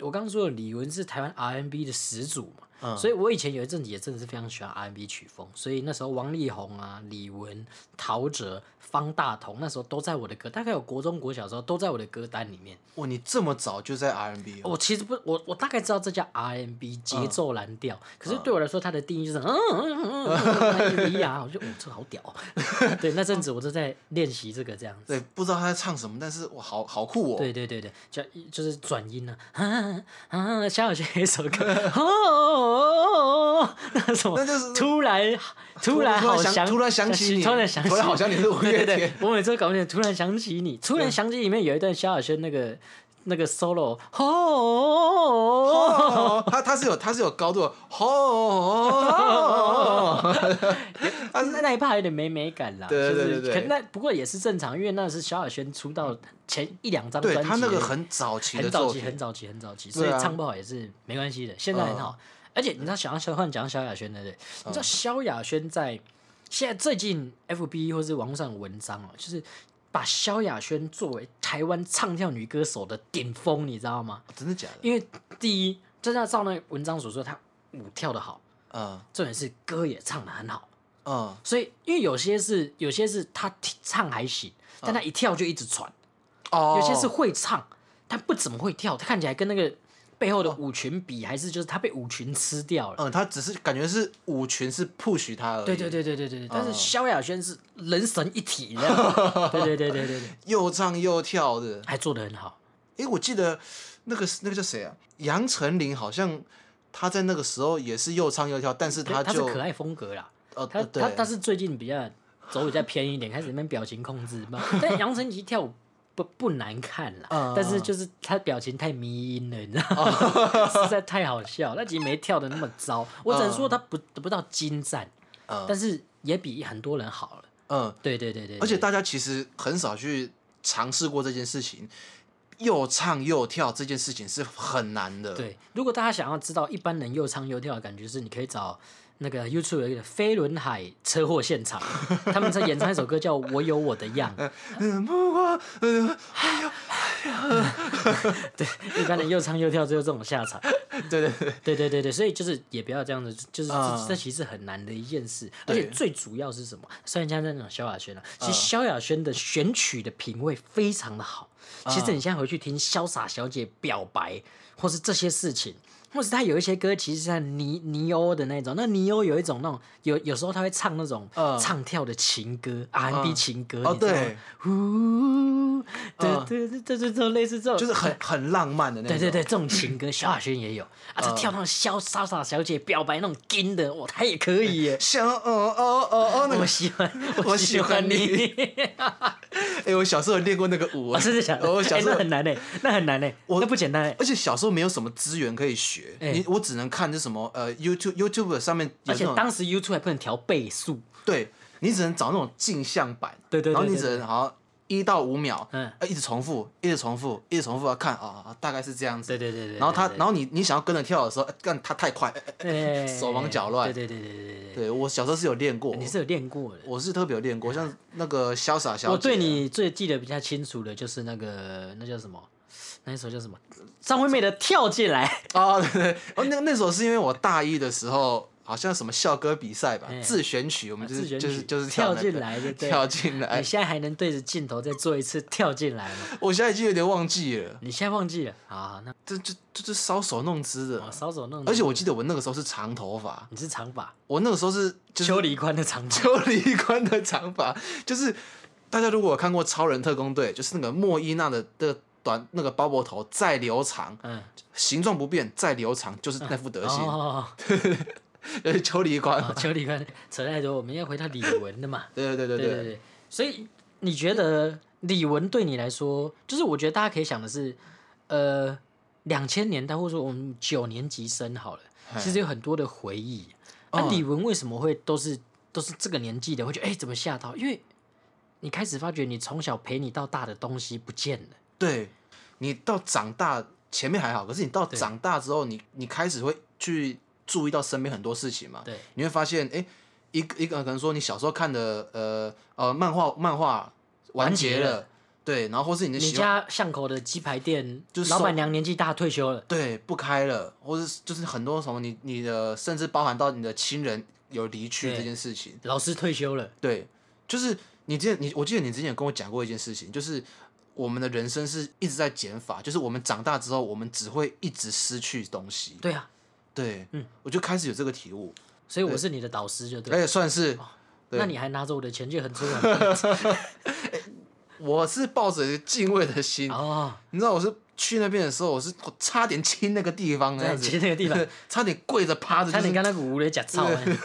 [SPEAKER 2] 我刚刚说的李玟是台湾 RMB 的始祖嘛，
[SPEAKER 1] 嗯
[SPEAKER 2] 所以我以前有一阵子也真的是非常喜欢 R&B 曲风，所以那时候王力宏啊、李玟、陶喆、方大同那时候都在我的歌，大概有国中、国小的时候都在我的歌单里面。
[SPEAKER 1] 哇，你这么早就在 RMB 哦，
[SPEAKER 2] 我其实不，我我大概知道这叫 R&B 节奏蓝调，可是对我来说，它的定义就是嗯嗯嗯嗯嗯，呀，我就哦，这好屌、哦。对，那阵子我都在练习这个这样子。
[SPEAKER 1] 对，不知道他在唱什么，但是哇，好好酷哦。
[SPEAKER 2] 对对对对，就就是转音呢、啊，啊啊，萧亚轩有一首 歌，哦，那什么，
[SPEAKER 1] 那就是
[SPEAKER 2] 突然突然
[SPEAKER 1] 突然
[SPEAKER 2] 好想，
[SPEAKER 1] 突然想起你，
[SPEAKER 2] 突然想起，
[SPEAKER 1] 突然好想你是五
[SPEAKER 2] 对
[SPEAKER 1] 月
[SPEAKER 2] 对对
[SPEAKER 1] 天，，
[SPEAKER 2] 我每次都搞不懂，突然想起你，突然想起里面有一段萧亚轩那个那个 solo，哦，
[SPEAKER 1] 哦，他他是有他是有高度的， 哦，
[SPEAKER 2] 那那一趴有点没美感啦，
[SPEAKER 1] 对对对
[SPEAKER 2] 就是
[SPEAKER 1] 对对
[SPEAKER 2] 可那不过也是正常，因为那是萧亚轩出道前一两张专
[SPEAKER 1] 对
[SPEAKER 2] 辑，
[SPEAKER 1] 他那个很早期的
[SPEAKER 2] 很早
[SPEAKER 1] 作
[SPEAKER 2] 期，
[SPEAKER 1] 品哦
[SPEAKER 2] 很，早期，很早期，所
[SPEAKER 1] 对
[SPEAKER 2] 以
[SPEAKER 1] 啊嗯
[SPEAKER 2] 唱不好也是没关系的，现在很好。而且你知道，想要小换讲到萧亚轩对不对？你知道萧亚轩在现在最近 FB 或是网络上有文章哦，就是把萧亚轩作为台湾唱跳女歌手的顶峰，你知道吗？
[SPEAKER 1] 真的假的？
[SPEAKER 2] 因为第一，真的照那文章所说，她舞跳得好，
[SPEAKER 1] 嗯
[SPEAKER 2] 重点是歌也唱得很好。
[SPEAKER 1] 嗯，
[SPEAKER 2] 所以，因为有些是有些是他听唱还行，但
[SPEAKER 1] 嗯
[SPEAKER 2] 他一跳就一直喘；
[SPEAKER 1] 哦，
[SPEAKER 2] 有些是会唱，但不怎么会跳。他看起来跟那个背后的舞群比，还是就是他被舞群吃掉了。
[SPEAKER 1] 嗯，他只是感觉是舞群是 push 他而已，
[SPEAKER 2] 对对，对对对对对，但是
[SPEAKER 1] 嗯
[SPEAKER 2] 萧亚轩是人神一体，你知道吗对对对对对对，
[SPEAKER 1] 又唱又跳的。
[SPEAKER 2] 还做得很好。
[SPEAKER 1] 诶，我记得那个那个叫谁啊？杨丞琳好像他在那个时候也是又唱又跳，但是
[SPEAKER 2] 对他是
[SPEAKER 1] 就
[SPEAKER 2] 可爱风格啦，
[SPEAKER 1] 呃
[SPEAKER 2] 他
[SPEAKER 1] 呃
[SPEAKER 2] 他
[SPEAKER 1] 对
[SPEAKER 2] 他是最近比较走比较偏一点，开始那边表情控制嘛。但杨丞琳跳舞不不难看啦，
[SPEAKER 1] 嗯哦
[SPEAKER 2] 但是就是他表情太迷因了，你知道吗？ 实在太好笑，那集没跳的那么糟，我只能说他不得不到精湛，
[SPEAKER 1] 嗯
[SPEAKER 2] 但是也比很多人好了。
[SPEAKER 1] 嗯，
[SPEAKER 2] 对对对对，
[SPEAKER 1] 而且
[SPEAKER 2] 对
[SPEAKER 1] 大家其实很少去尝试过这件事情，又唱又跳这件事情是很难的。，
[SPEAKER 2] 对，如果大家想要知道一般人又唱又跳的感觉是，你可以找那个 YouTube 有一个飞轮海车祸现场，他们在演唱一首歌叫《我有我的样》。
[SPEAKER 1] 嗯，不过 呃，
[SPEAKER 2] 对，一般人又唱又跳，只有这种下场。
[SPEAKER 1] 对对 对，
[SPEAKER 2] 对对对对，所以就是也不要这样子，就是这、
[SPEAKER 1] 啊
[SPEAKER 2] 这其实很难的一件事。而
[SPEAKER 1] 对
[SPEAKER 2] 且最主要是什么？虽然像在讲萧亚轩啊，其
[SPEAKER 1] 啊
[SPEAKER 2] 实萧亚轩的选曲的品味非常的好。
[SPEAKER 1] 啊
[SPEAKER 2] 其实你现在回去听《潇洒小姐表白》，或是这些事情。或是他有一些歌，其实像尼尼欧的那种，那尼欧有一种那种有有时候他会唱那种
[SPEAKER 1] 嗯
[SPEAKER 2] 唱跳的情歌，R&B 情歌，你
[SPEAKER 1] 哦
[SPEAKER 2] 知道吗
[SPEAKER 1] 对，
[SPEAKER 2] 呼，对
[SPEAKER 1] 嗯
[SPEAKER 2] 对对对对，这种类似这种，
[SPEAKER 1] 就是很很浪漫的那种。
[SPEAKER 2] 对对对，这种情歌萧亚轩也 有啊，就跳那种潇潇洒小姐表白那种金的，哇，她也可以 耶。
[SPEAKER 1] 像哦哦哦哦那
[SPEAKER 2] 我
[SPEAKER 1] 个，
[SPEAKER 2] 喜欢，
[SPEAKER 1] 我
[SPEAKER 2] 喜
[SPEAKER 1] 喜欢
[SPEAKER 2] 欢
[SPEAKER 1] 你
[SPEAKER 2] 你，
[SPEAKER 1] 哎，我小时候有练过那个舞，啊哦
[SPEAKER 2] 我真的想，
[SPEAKER 1] 我小
[SPEAKER 2] 哎
[SPEAKER 1] 时
[SPEAKER 2] 那
[SPEAKER 1] 候
[SPEAKER 2] 很难嘞，那很难嘞，
[SPEAKER 1] 我
[SPEAKER 2] 那不简单哎嘞。
[SPEAKER 1] 而且小时候没有什么资源可以学，
[SPEAKER 2] 哎
[SPEAKER 1] 你我只能看这什么呃 YouTube YouTube 上面有
[SPEAKER 2] 而且
[SPEAKER 1] 那种，
[SPEAKER 2] 当时 YouTube 还不能调倍速，
[SPEAKER 1] 对你只能找那种镜像版，
[SPEAKER 2] 对对对
[SPEAKER 1] 然后你
[SPEAKER 2] 对
[SPEAKER 1] 只
[SPEAKER 2] 对
[SPEAKER 1] 能好像一到五秒，
[SPEAKER 2] 嗯
[SPEAKER 1] 嗯，一直重复，一直重复，一直重复要看啊、啊大概是这样子。
[SPEAKER 2] 对对对对。
[SPEAKER 1] 然后他，
[SPEAKER 2] 对
[SPEAKER 1] 然后你你想要跟着跳的时候，哎干、他太快，哎哎
[SPEAKER 2] 对
[SPEAKER 1] 手忙脚乱
[SPEAKER 2] 对对对对对对
[SPEAKER 1] 对我小时候是有练过
[SPEAKER 2] 对，，你是有练过的。
[SPEAKER 1] 我是特别有练过，像那个潇洒小姐，
[SPEAKER 2] 我对你最记得比较清楚的就是那个那叫什么，那一首叫什么？张惠妹的《跳进来》。
[SPEAKER 1] 哦，对对，哦，那那时候是因为我大一的时候，好像什么校歌比赛吧
[SPEAKER 2] 哎，
[SPEAKER 1] 自选曲，我们就
[SPEAKER 2] 自选
[SPEAKER 1] 是就是
[SPEAKER 2] 曲
[SPEAKER 1] 就是
[SPEAKER 2] 跳
[SPEAKER 1] 那
[SPEAKER 2] 进
[SPEAKER 1] 个
[SPEAKER 2] 来就对哎
[SPEAKER 1] 跳进
[SPEAKER 2] 你
[SPEAKER 1] 来，
[SPEAKER 2] 现在还能对着镜头再做一次跳进来吗？
[SPEAKER 1] 我现在已经有点忘记了，
[SPEAKER 2] 你现在忘记了？好好，那
[SPEAKER 1] 这这这这搔首弄姿
[SPEAKER 2] 我
[SPEAKER 1] 的，
[SPEAKER 2] 搔首哦弄姿。
[SPEAKER 1] 而且我记得我那个时候是长头发，
[SPEAKER 2] 你是长发，
[SPEAKER 1] 我那个时候是就是
[SPEAKER 2] 邱黎宽的长 发。
[SPEAKER 1] 邱黎宽的长发，就是大家如果有看过《超人特工队》，就是那个莫伊娜的的短那个包脖头再留长，
[SPEAKER 2] 嗯，
[SPEAKER 1] 形状不变再留长，就是那副德行，
[SPEAKER 2] 哦，
[SPEAKER 1] 就是邱黎宽 嘛。。
[SPEAKER 2] 邱黎宽扯太多，我们要回到李玟的嘛
[SPEAKER 1] 对对对
[SPEAKER 2] 对
[SPEAKER 1] 对
[SPEAKER 2] 对
[SPEAKER 1] 对，
[SPEAKER 2] 对，所以你觉得李玟对你来说，就是我觉得大家可以想的是，呃，两千年代或者说我们九年级生好了，
[SPEAKER 1] 嘿
[SPEAKER 2] 其实有很多的回忆。那、
[SPEAKER 1] 嗯
[SPEAKER 2] 李玟为什么会都是都是这个年纪的，会觉得哎、怎么吓到？因为你开始发觉你从小陪你到大的东西不见了。
[SPEAKER 1] 对你到长大前面还好，可是你到
[SPEAKER 2] 对
[SPEAKER 1] 长大之后，你你开始会去注意到身边很多事情嘛，
[SPEAKER 2] 对，
[SPEAKER 1] 你会发现，哎、一个一个可能说你小时候看的呃呃漫画漫画完结
[SPEAKER 2] 完结
[SPEAKER 1] 了，
[SPEAKER 2] 了
[SPEAKER 1] 对，然后或是你的
[SPEAKER 2] 你
[SPEAKER 1] 喜欢
[SPEAKER 2] 家巷口的鸡排店，
[SPEAKER 1] 就是
[SPEAKER 2] 老板
[SPEAKER 1] 手
[SPEAKER 2] 娘年纪大退休了，
[SPEAKER 1] 对不开了，或是就是很多什么你你的甚至包含到你的亲人有离去
[SPEAKER 2] 对
[SPEAKER 1] 这件事情，
[SPEAKER 2] 老师退休了，
[SPEAKER 1] 对，就是你之前你我记得你之前有跟我讲过一件事情，就是我们的人生是一直在减法，就是我们长大之后，我们只会一直失去东西。
[SPEAKER 2] 对啊，
[SPEAKER 1] 对，
[SPEAKER 2] 嗯，
[SPEAKER 1] 我就开始有这个体悟，
[SPEAKER 2] 所以我是你的导师就对
[SPEAKER 1] 而
[SPEAKER 2] 了。
[SPEAKER 1] 且算是哎对
[SPEAKER 2] 那你还拿着我的钱就 很出人
[SPEAKER 1] 我是抱着敬畏的心，
[SPEAKER 2] 哦，
[SPEAKER 1] 你知道我是去那边的时候，我是我差点亲那个地方的
[SPEAKER 2] 在
[SPEAKER 1] 样
[SPEAKER 2] 你
[SPEAKER 1] 子，
[SPEAKER 2] 那个地方，
[SPEAKER 1] 差点跪着趴着，
[SPEAKER 2] 差
[SPEAKER 1] 就
[SPEAKER 2] 点
[SPEAKER 1] 是
[SPEAKER 2] 跟那个无雷假操哎。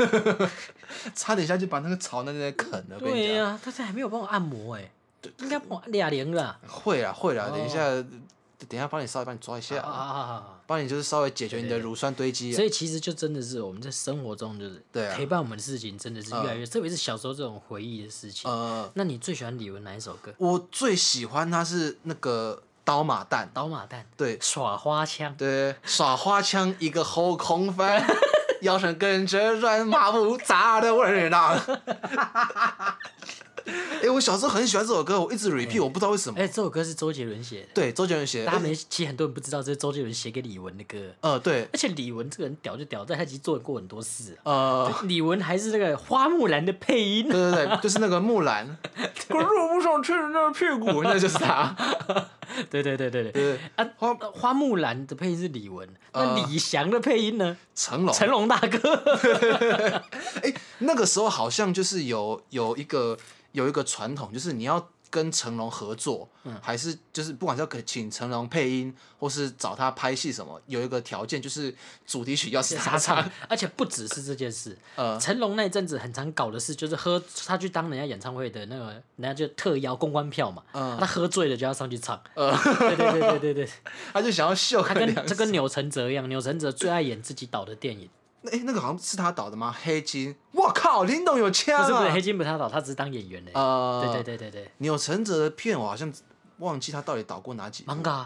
[SPEAKER 1] 差点下去把那个草那那啃了。我跟你
[SPEAKER 2] 对
[SPEAKER 1] 讲，
[SPEAKER 2] 呀、他这还没有帮我按摩哎、应该帮我按俩零了。
[SPEAKER 1] 会啦会啦，等一
[SPEAKER 2] 哦
[SPEAKER 1] 下等一下帮你稍微帮你抓一
[SPEAKER 2] 啊
[SPEAKER 1] 下，
[SPEAKER 2] 啊啊啊！
[SPEAKER 1] 帮你就是稍微解决你的乳酸堆积啊。
[SPEAKER 2] 所以其实就真的是我们在生活中就是
[SPEAKER 1] 对啊嗯
[SPEAKER 2] 陪伴我们的事情真的是越来越，特别是小时候这种回忆的事情。
[SPEAKER 1] 呃，
[SPEAKER 2] 那你最喜欢李玟哪一首歌？
[SPEAKER 1] 我最喜欢他是那个刀马旦，
[SPEAKER 2] 倒马蛋
[SPEAKER 1] 对
[SPEAKER 2] 耍花枪，
[SPEAKER 1] 对，耍花枪一个后空翻，腰身跟着转，马步砸的味道。 哎、我小时候很喜欢这首歌，我一直 repeat，、我不知道为什么。
[SPEAKER 2] 哎、这首歌是周杰伦写的，
[SPEAKER 1] 对，周杰伦写的。
[SPEAKER 2] 大家
[SPEAKER 1] 诶
[SPEAKER 2] 没其实很多人不知道这是周杰伦写给李玟的歌，
[SPEAKER 1] 呃，对，
[SPEAKER 2] 而且李玟这个人屌就屌在他其实做过很多事啊、
[SPEAKER 1] 呃，
[SPEAKER 2] 李玟还是那个花木兰的配音
[SPEAKER 1] 对，对对，就是那个木兰，可是我不想吃人家的屁股，那就是他。
[SPEAKER 2] 对对对对对。
[SPEAKER 1] 对，
[SPEAKER 2] 啊，
[SPEAKER 1] 花
[SPEAKER 2] 呃花木兰的配音是李玟，
[SPEAKER 1] 呃
[SPEAKER 2] 那李翔的配音呢？
[SPEAKER 1] 成龙，
[SPEAKER 2] 成龙 大哥。
[SPEAKER 1] 哎、那个时候好像就是有有一个有一个传统，就是你要跟成龙合作，
[SPEAKER 2] 嗯
[SPEAKER 1] 还是就是不管是要给请成龙配音，或是找他拍戏什么，有一个条件就是主题曲要是他唱。
[SPEAKER 2] 而且不只是这件事，
[SPEAKER 1] 呃，
[SPEAKER 2] 成龙那一阵子很常搞的事就是喝，他去当人家演唱会的那个，人家就特邀公关票嘛，
[SPEAKER 1] 嗯
[SPEAKER 2] 他喝醉了就要上去唱，对对对对对 对，
[SPEAKER 1] 他就想要秀
[SPEAKER 2] 他
[SPEAKER 1] 个
[SPEAKER 2] 跟
[SPEAKER 1] 两
[SPEAKER 2] 这
[SPEAKER 1] 次。
[SPEAKER 2] 跟钮承泽一样，钮承泽最爱演自己导的电影，
[SPEAKER 1] 哎、那个好像是他导的吗？黑金，我靠，林董有枪
[SPEAKER 2] 不是不是
[SPEAKER 1] 啊
[SPEAKER 2] 黑！金不是他导，他只是当演员的，
[SPEAKER 1] 呃，
[SPEAKER 2] 对对对对对
[SPEAKER 1] 钮承泽的片我好像忘记他到底导过哪几部。
[SPEAKER 2] ，manga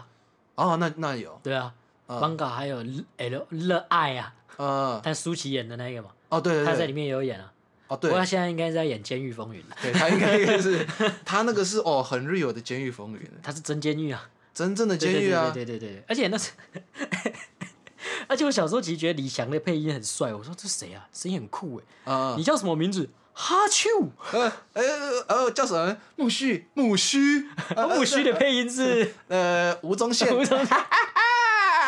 [SPEAKER 1] 哦，那那有，
[SPEAKER 2] 对啊，manga 还有 L 热爱啊，
[SPEAKER 1] 呃，
[SPEAKER 2] 但舒淇演的那个嘛，
[SPEAKER 1] 哦对对
[SPEAKER 2] 他
[SPEAKER 1] 对，
[SPEAKER 2] 在里面也有演啊，
[SPEAKER 1] 哦
[SPEAKER 2] 不
[SPEAKER 1] 对
[SPEAKER 2] 过，他现在应该是在演《监狱风云》了，
[SPEAKER 1] 对他应该是他那个是哦很 real 的《监狱风云》。
[SPEAKER 2] 他是真监狱啊。
[SPEAKER 1] 真正的
[SPEAKER 2] 对
[SPEAKER 1] 监狱啊，
[SPEAKER 2] 对对对对对对，而且那是， 而且我小时候其实觉得李翔的配音很帅，我说这谁啊，声音很酷哎，
[SPEAKER 1] 啊，
[SPEAKER 2] 你叫什么名字？哈丘，
[SPEAKER 1] 呃呃呃，叫什么？木须，木 须，
[SPEAKER 2] 啊木须的配音是
[SPEAKER 1] 呃，吴宗宪，
[SPEAKER 2] 吴宗宪
[SPEAKER 1] 啊，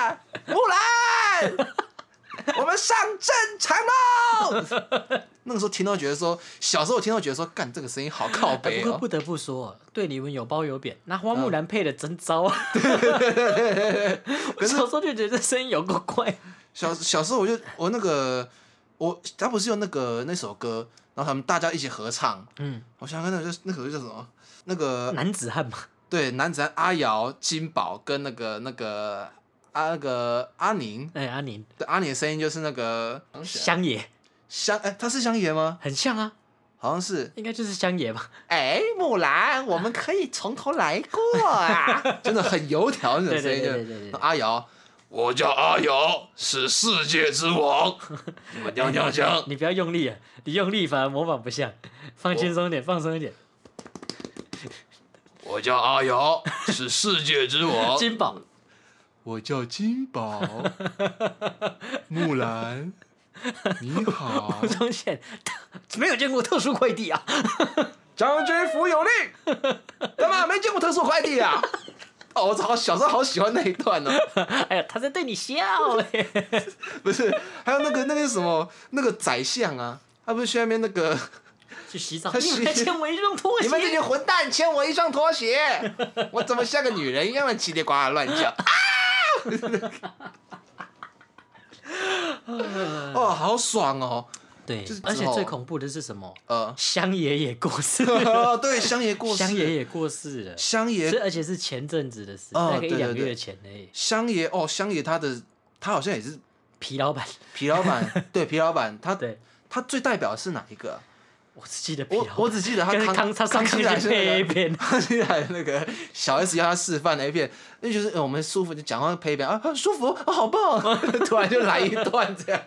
[SPEAKER 1] 木兰，我们上战场喽！那个时候听到觉得说，小时候听到觉得说，干这个声音好靠
[SPEAKER 2] 哎
[SPEAKER 1] 北
[SPEAKER 2] 不过
[SPEAKER 1] 哦，
[SPEAKER 2] 不得不说，对李玟有褒有贬。那花木兰配的真糟啊！
[SPEAKER 1] 嗯
[SPEAKER 2] 我小时候就觉得这声音有够怪。
[SPEAKER 1] 小小时候我就我那个我他不是用那个那首歌，然后他们大家一起合唱，
[SPEAKER 2] 嗯，
[SPEAKER 1] 我想想看那个那首歌叫什么？那个
[SPEAKER 2] 男子汉嘛，
[SPEAKER 1] 对，男子汉阿瑶、金宝跟那个那个阿、那个阿宁，
[SPEAKER 2] 哎，阿宁
[SPEAKER 1] 对阿宁的声音就是那啊个
[SPEAKER 2] 乡野
[SPEAKER 1] 香，哎、他是香爷吗？
[SPEAKER 2] 很像啊，
[SPEAKER 1] 好像是。
[SPEAKER 2] 应该就是乡野吧？
[SPEAKER 1] 哎、木兰，我们可以从头来过啊！ 真的很油条那种声音，
[SPEAKER 2] 对对对对对对
[SPEAKER 1] 就阿瑶，我叫阿瑶，是世界之 王，我娘娘腔。
[SPEAKER 2] 你不要用力啊，你用力反而模仿不像，放轻松一点，放松一点。
[SPEAKER 1] 我叫阿瑶，是世界之王。
[SPEAKER 2] 金宝，
[SPEAKER 1] 我叫金 宝，木兰，你 好
[SPEAKER 2] 吴宗宪，没有见过特殊快递啊！
[SPEAKER 1] 将军府有令，干嘛没见过特殊快递啊？哦，我好小时候好喜欢那一段呢、
[SPEAKER 2] 哎呀，他在对你笑嘞。
[SPEAKER 1] 不是，还有那个那个什么那个宰相啊，他不是去那边那 个，
[SPEAKER 2] 去洗澡，
[SPEAKER 1] 他
[SPEAKER 2] 你
[SPEAKER 1] 洗
[SPEAKER 2] 们还欠我一双拖
[SPEAKER 1] 你们这
[SPEAKER 2] 鞋。
[SPEAKER 1] 群混蛋欠我一双拖鞋，我怎么像个女人一样的叽里呱啦乱叫？啊！ 哦，好爽哦，
[SPEAKER 2] 对
[SPEAKER 1] 就是，
[SPEAKER 2] 而且
[SPEAKER 1] 之后
[SPEAKER 2] 最恐怖的是什么？，
[SPEAKER 1] 呃
[SPEAKER 2] 香爷也过世，
[SPEAKER 1] 对，乡爷 过世，
[SPEAKER 2] 香爷也过世了，
[SPEAKER 1] 乡
[SPEAKER 2] 这
[SPEAKER 1] 爷
[SPEAKER 2] 而且是前阵子的事，
[SPEAKER 1] 哦
[SPEAKER 2] 大概
[SPEAKER 1] 对
[SPEAKER 2] 一
[SPEAKER 1] 对
[SPEAKER 2] 两个
[SPEAKER 1] 对
[SPEAKER 2] 月前而已。
[SPEAKER 1] 乡爷哦，乡爷他的他好像也是
[SPEAKER 2] 皮老板，
[SPEAKER 1] 皮老 板，对皮老板，他
[SPEAKER 2] 对
[SPEAKER 1] 他最代表的是哪一个啊？
[SPEAKER 2] 我只记得皮
[SPEAKER 1] 我
[SPEAKER 2] 老
[SPEAKER 1] 我
[SPEAKER 2] 板。
[SPEAKER 1] 只记得他
[SPEAKER 2] 跟
[SPEAKER 1] 康
[SPEAKER 2] 康他上
[SPEAKER 1] 熙
[SPEAKER 2] 期
[SPEAKER 1] 来是
[SPEAKER 2] 配 A
[SPEAKER 1] 那个，
[SPEAKER 2] 片，
[SPEAKER 1] 康熙来那个小 S 要他示范 A 片，那就是呃我们舒服就讲话配一遍啊，啊舒服、啊好棒， 突然就来一段这样。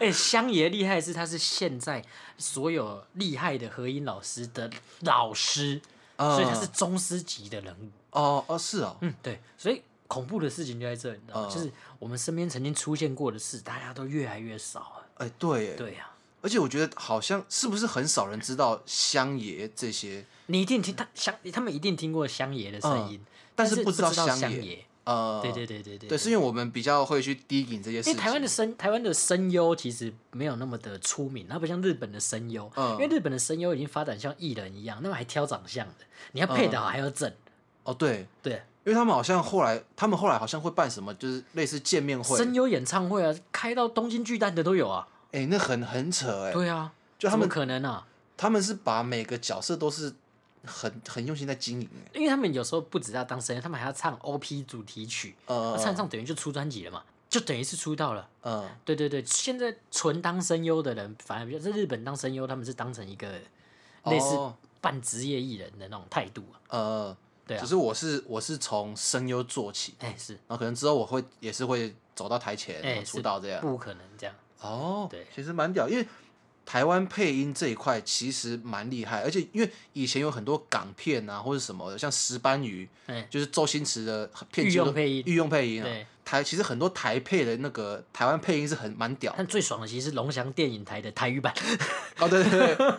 [SPEAKER 2] 哎，香爷厉害的是他是现在所有厉害的和音老师的老师，
[SPEAKER 1] 嗯
[SPEAKER 2] 所以他是宗师级的人物。
[SPEAKER 1] 哦哦是哦，
[SPEAKER 2] 嗯，对，所以恐怖的事情就在这，你知道吗？
[SPEAKER 1] 嗯
[SPEAKER 2] 就是我们身边曾经出现过的事，大家都越来越少了。
[SPEAKER 1] 哎、对耶，
[SPEAKER 2] 对呀、啊
[SPEAKER 1] 而且我觉得好像是不是很少人知道乡爷这些，
[SPEAKER 2] 你一定听他乡，他们一定听过乡爷的声音，
[SPEAKER 1] 嗯但
[SPEAKER 2] 是
[SPEAKER 1] 是
[SPEAKER 2] 不
[SPEAKER 1] 不知道
[SPEAKER 2] 乡
[SPEAKER 1] 乡爷呃，
[SPEAKER 2] 对对对对对
[SPEAKER 1] 对，是因为我们比较会去低吟这些事情。
[SPEAKER 2] 因为台湾的声，台湾的声优其实没有那么的出名，它不像日本的声优，
[SPEAKER 1] 嗯
[SPEAKER 2] 因为日本的声优已经发展像艺人一样，那么还挑长相的，你要配得好，还要正，
[SPEAKER 1] 哦，对，
[SPEAKER 2] 对，啊
[SPEAKER 1] 因为他们好像后来，他们后来好像会办什么，就是类似见面会，
[SPEAKER 2] 声优演唱会啊，开到东京巨蛋的都有啊，
[SPEAKER 1] 哎、那很很扯哎、
[SPEAKER 2] 对啊，
[SPEAKER 1] 就他们
[SPEAKER 2] 怎么可能啊，
[SPEAKER 1] 他们是把每个角色都是很很用心在经营哎、
[SPEAKER 2] 因为他们有时候不只要当声优，他们还要唱 OP 主题曲，
[SPEAKER 1] 呃
[SPEAKER 2] 那唱一唱等于就出专辑了嘛，就等于是出道了。
[SPEAKER 1] 呃，
[SPEAKER 2] 对对对，现在纯当声优的人反而比较在日本当声优，他们是当成一个类似
[SPEAKER 1] 哦
[SPEAKER 2] 半职业艺人的那种态度啊。
[SPEAKER 1] 呃，
[SPEAKER 2] 对啊
[SPEAKER 1] 只，是我是我是从声优做起，
[SPEAKER 2] 哎、是，
[SPEAKER 1] 然后可能之后我会也是会走到台前、
[SPEAKER 2] 哎、
[SPEAKER 1] 然后
[SPEAKER 2] 是
[SPEAKER 1] 出道这样。
[SPEAKER 2] 不可能这样。
[SPEAKER 1] 哦，
[SPEAKER 2] 对
[SPEAKER 1] 其实蛮屌，因为台湾配音这一块其实蛮厉害，而且因为以前有很多港片啊或者什么的，像石斑鱼，
[SPEAKER 2] 哎、
[SPEAKER 1] 就是周星驰的片
[SPEAKER 2] 御
[SPEAKER 1] 集
[SPEAKER 2] 用
[SPEAKER 1] 都
[SPEAKER 2] 配音
[SPEAKER 1] 御用配音
[SPEAKER 2] 对
[SPEAKER 1] 啊。台其实很多台配的那个台湾配音是很蛮屌
[SPEAKER 2] 但最爽的其实是龙翔电影台的台语版，
[SPEAKER 1] 哦，对对对，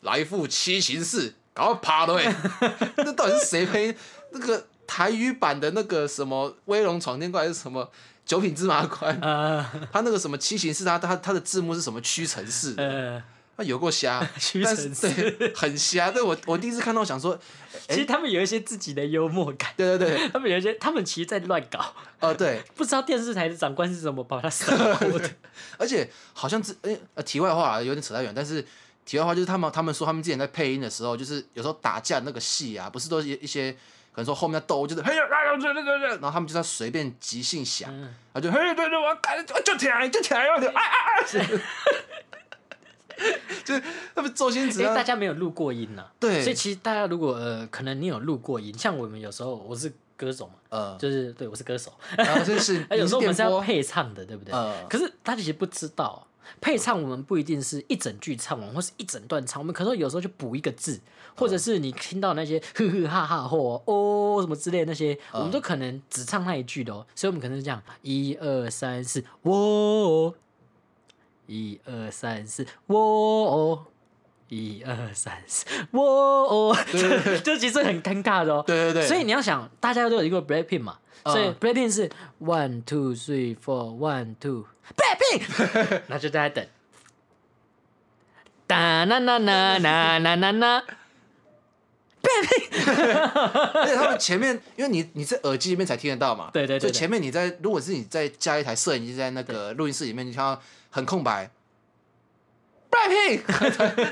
[SPEAKER 1] 来一副七情四，搞到趴了欸 那到底是谁配音那个台语版的那个什么《威龙闯天关》还是什么九品芝麻官？
[SPEAKER 2] 呃
[SPEAKER 1] 他那个什么七情四，他他他的字幕是什么屈臣 氏的？
[SPEAKER 2] 呃，，
[SPEAKER 1] 他有过瞎
[SPEAKER 2] 屈
[SPEAKER 1] 但
[SPEAKER 2] 臣
[SPEAKER 1] 是
[SPEAKER 2] 氏
[SPEAKER 1] 对很瞎。对我我第一次看到想说，
[SPEAKER 2] 其实他们有一些自己的幽默感，
[SPEAKER 1] 对对对，
[SPEAKER 2] 他们有一些，他们其实在乱搞，
[SPEAKER 1] 呃对，
[SPEAKER 2] 不知道电视台的长官是怎么把他散播的。
[SPEAKER 1] 而且好像之诶呃题外话啊有点扯太远，但是题外话就是他们他们说他们之前在配音的时候，就是有时候打架那个戏啊，不是都是一些可能说后面要斗，就是嘿呀哎呀这这这这，然后他们就在随便即兴想，
[SPEAKER 2] 嗯
[SPEAKER 1] 然后就嘿对对，我要干就就起来就起来，然后就哎哎哎，就是他们周星
[SPEAKER 2] 因
[SPEAKER 1] 驰
[SPEAKER 2] 为
[SPEAKER 1] 啊
[SPEAKER 2] 大家没有录过音呐、
[SPEAKER 1] 对
[SPEAKER 2] 所以其实大家如果呃，可能你有录过音，像我们有时候我是歌手嘛，
[SPEAKER 1] 呃，
[SPEAKER 2] 就是对我是歌手，
[SPEAKER 1] 然后就是
[SPEAKER 2] 哎，有
[SPEAKER 1] 你
[SPEAKER 2] 时
[SPEAKER 1] 是
[SPEAKER 2] 候我们
[SPEAKER 1] 电
[SPEAKER 2] 是要
[SPEAKER 1] 波，
[SPEAKER 2] 配唱的，对不对？
[SPEAKER 1] 呃
[SPEAKER 2] 可是他其实不知道啊、配唱我们不一定是一整句唱完，或是一整段唱，我们可能有时候就补一个字，
[SPEAKER 1] 呃
[SPEAKER 2] 或者是你听到那些呵呵哈哈或哦什么之类的那些，
[SPEAKER 1] 呃
[SPEAKER 2] 我们都可能只唱那一句的哦，所以我们可能是这样一二三四，喔，一二三四，喔。一二三四，喔哦， 就其实很尴尬的哦。
[SPEAKER 1] 对对对，
[SPEAKER 2] 所以你要想，大家都有一个 Blackpink 嘛，
[SPEAKER 1] 嗯
[SPEAKER 2] 所以 Blackpink 是 one two three four one two Blackpink，那就大家等，哒啦啦啦啦啦啦啦，
[SPEAKER 1] 而且他们前面，因为你你在耳机里面才听得到嘛，
[SPEAKER 2] 对对对对
[SPEAKER 1] 所以前面你在，如果是你在加一台摄影机在那个录音室里面，你看到很空白。Blackpink，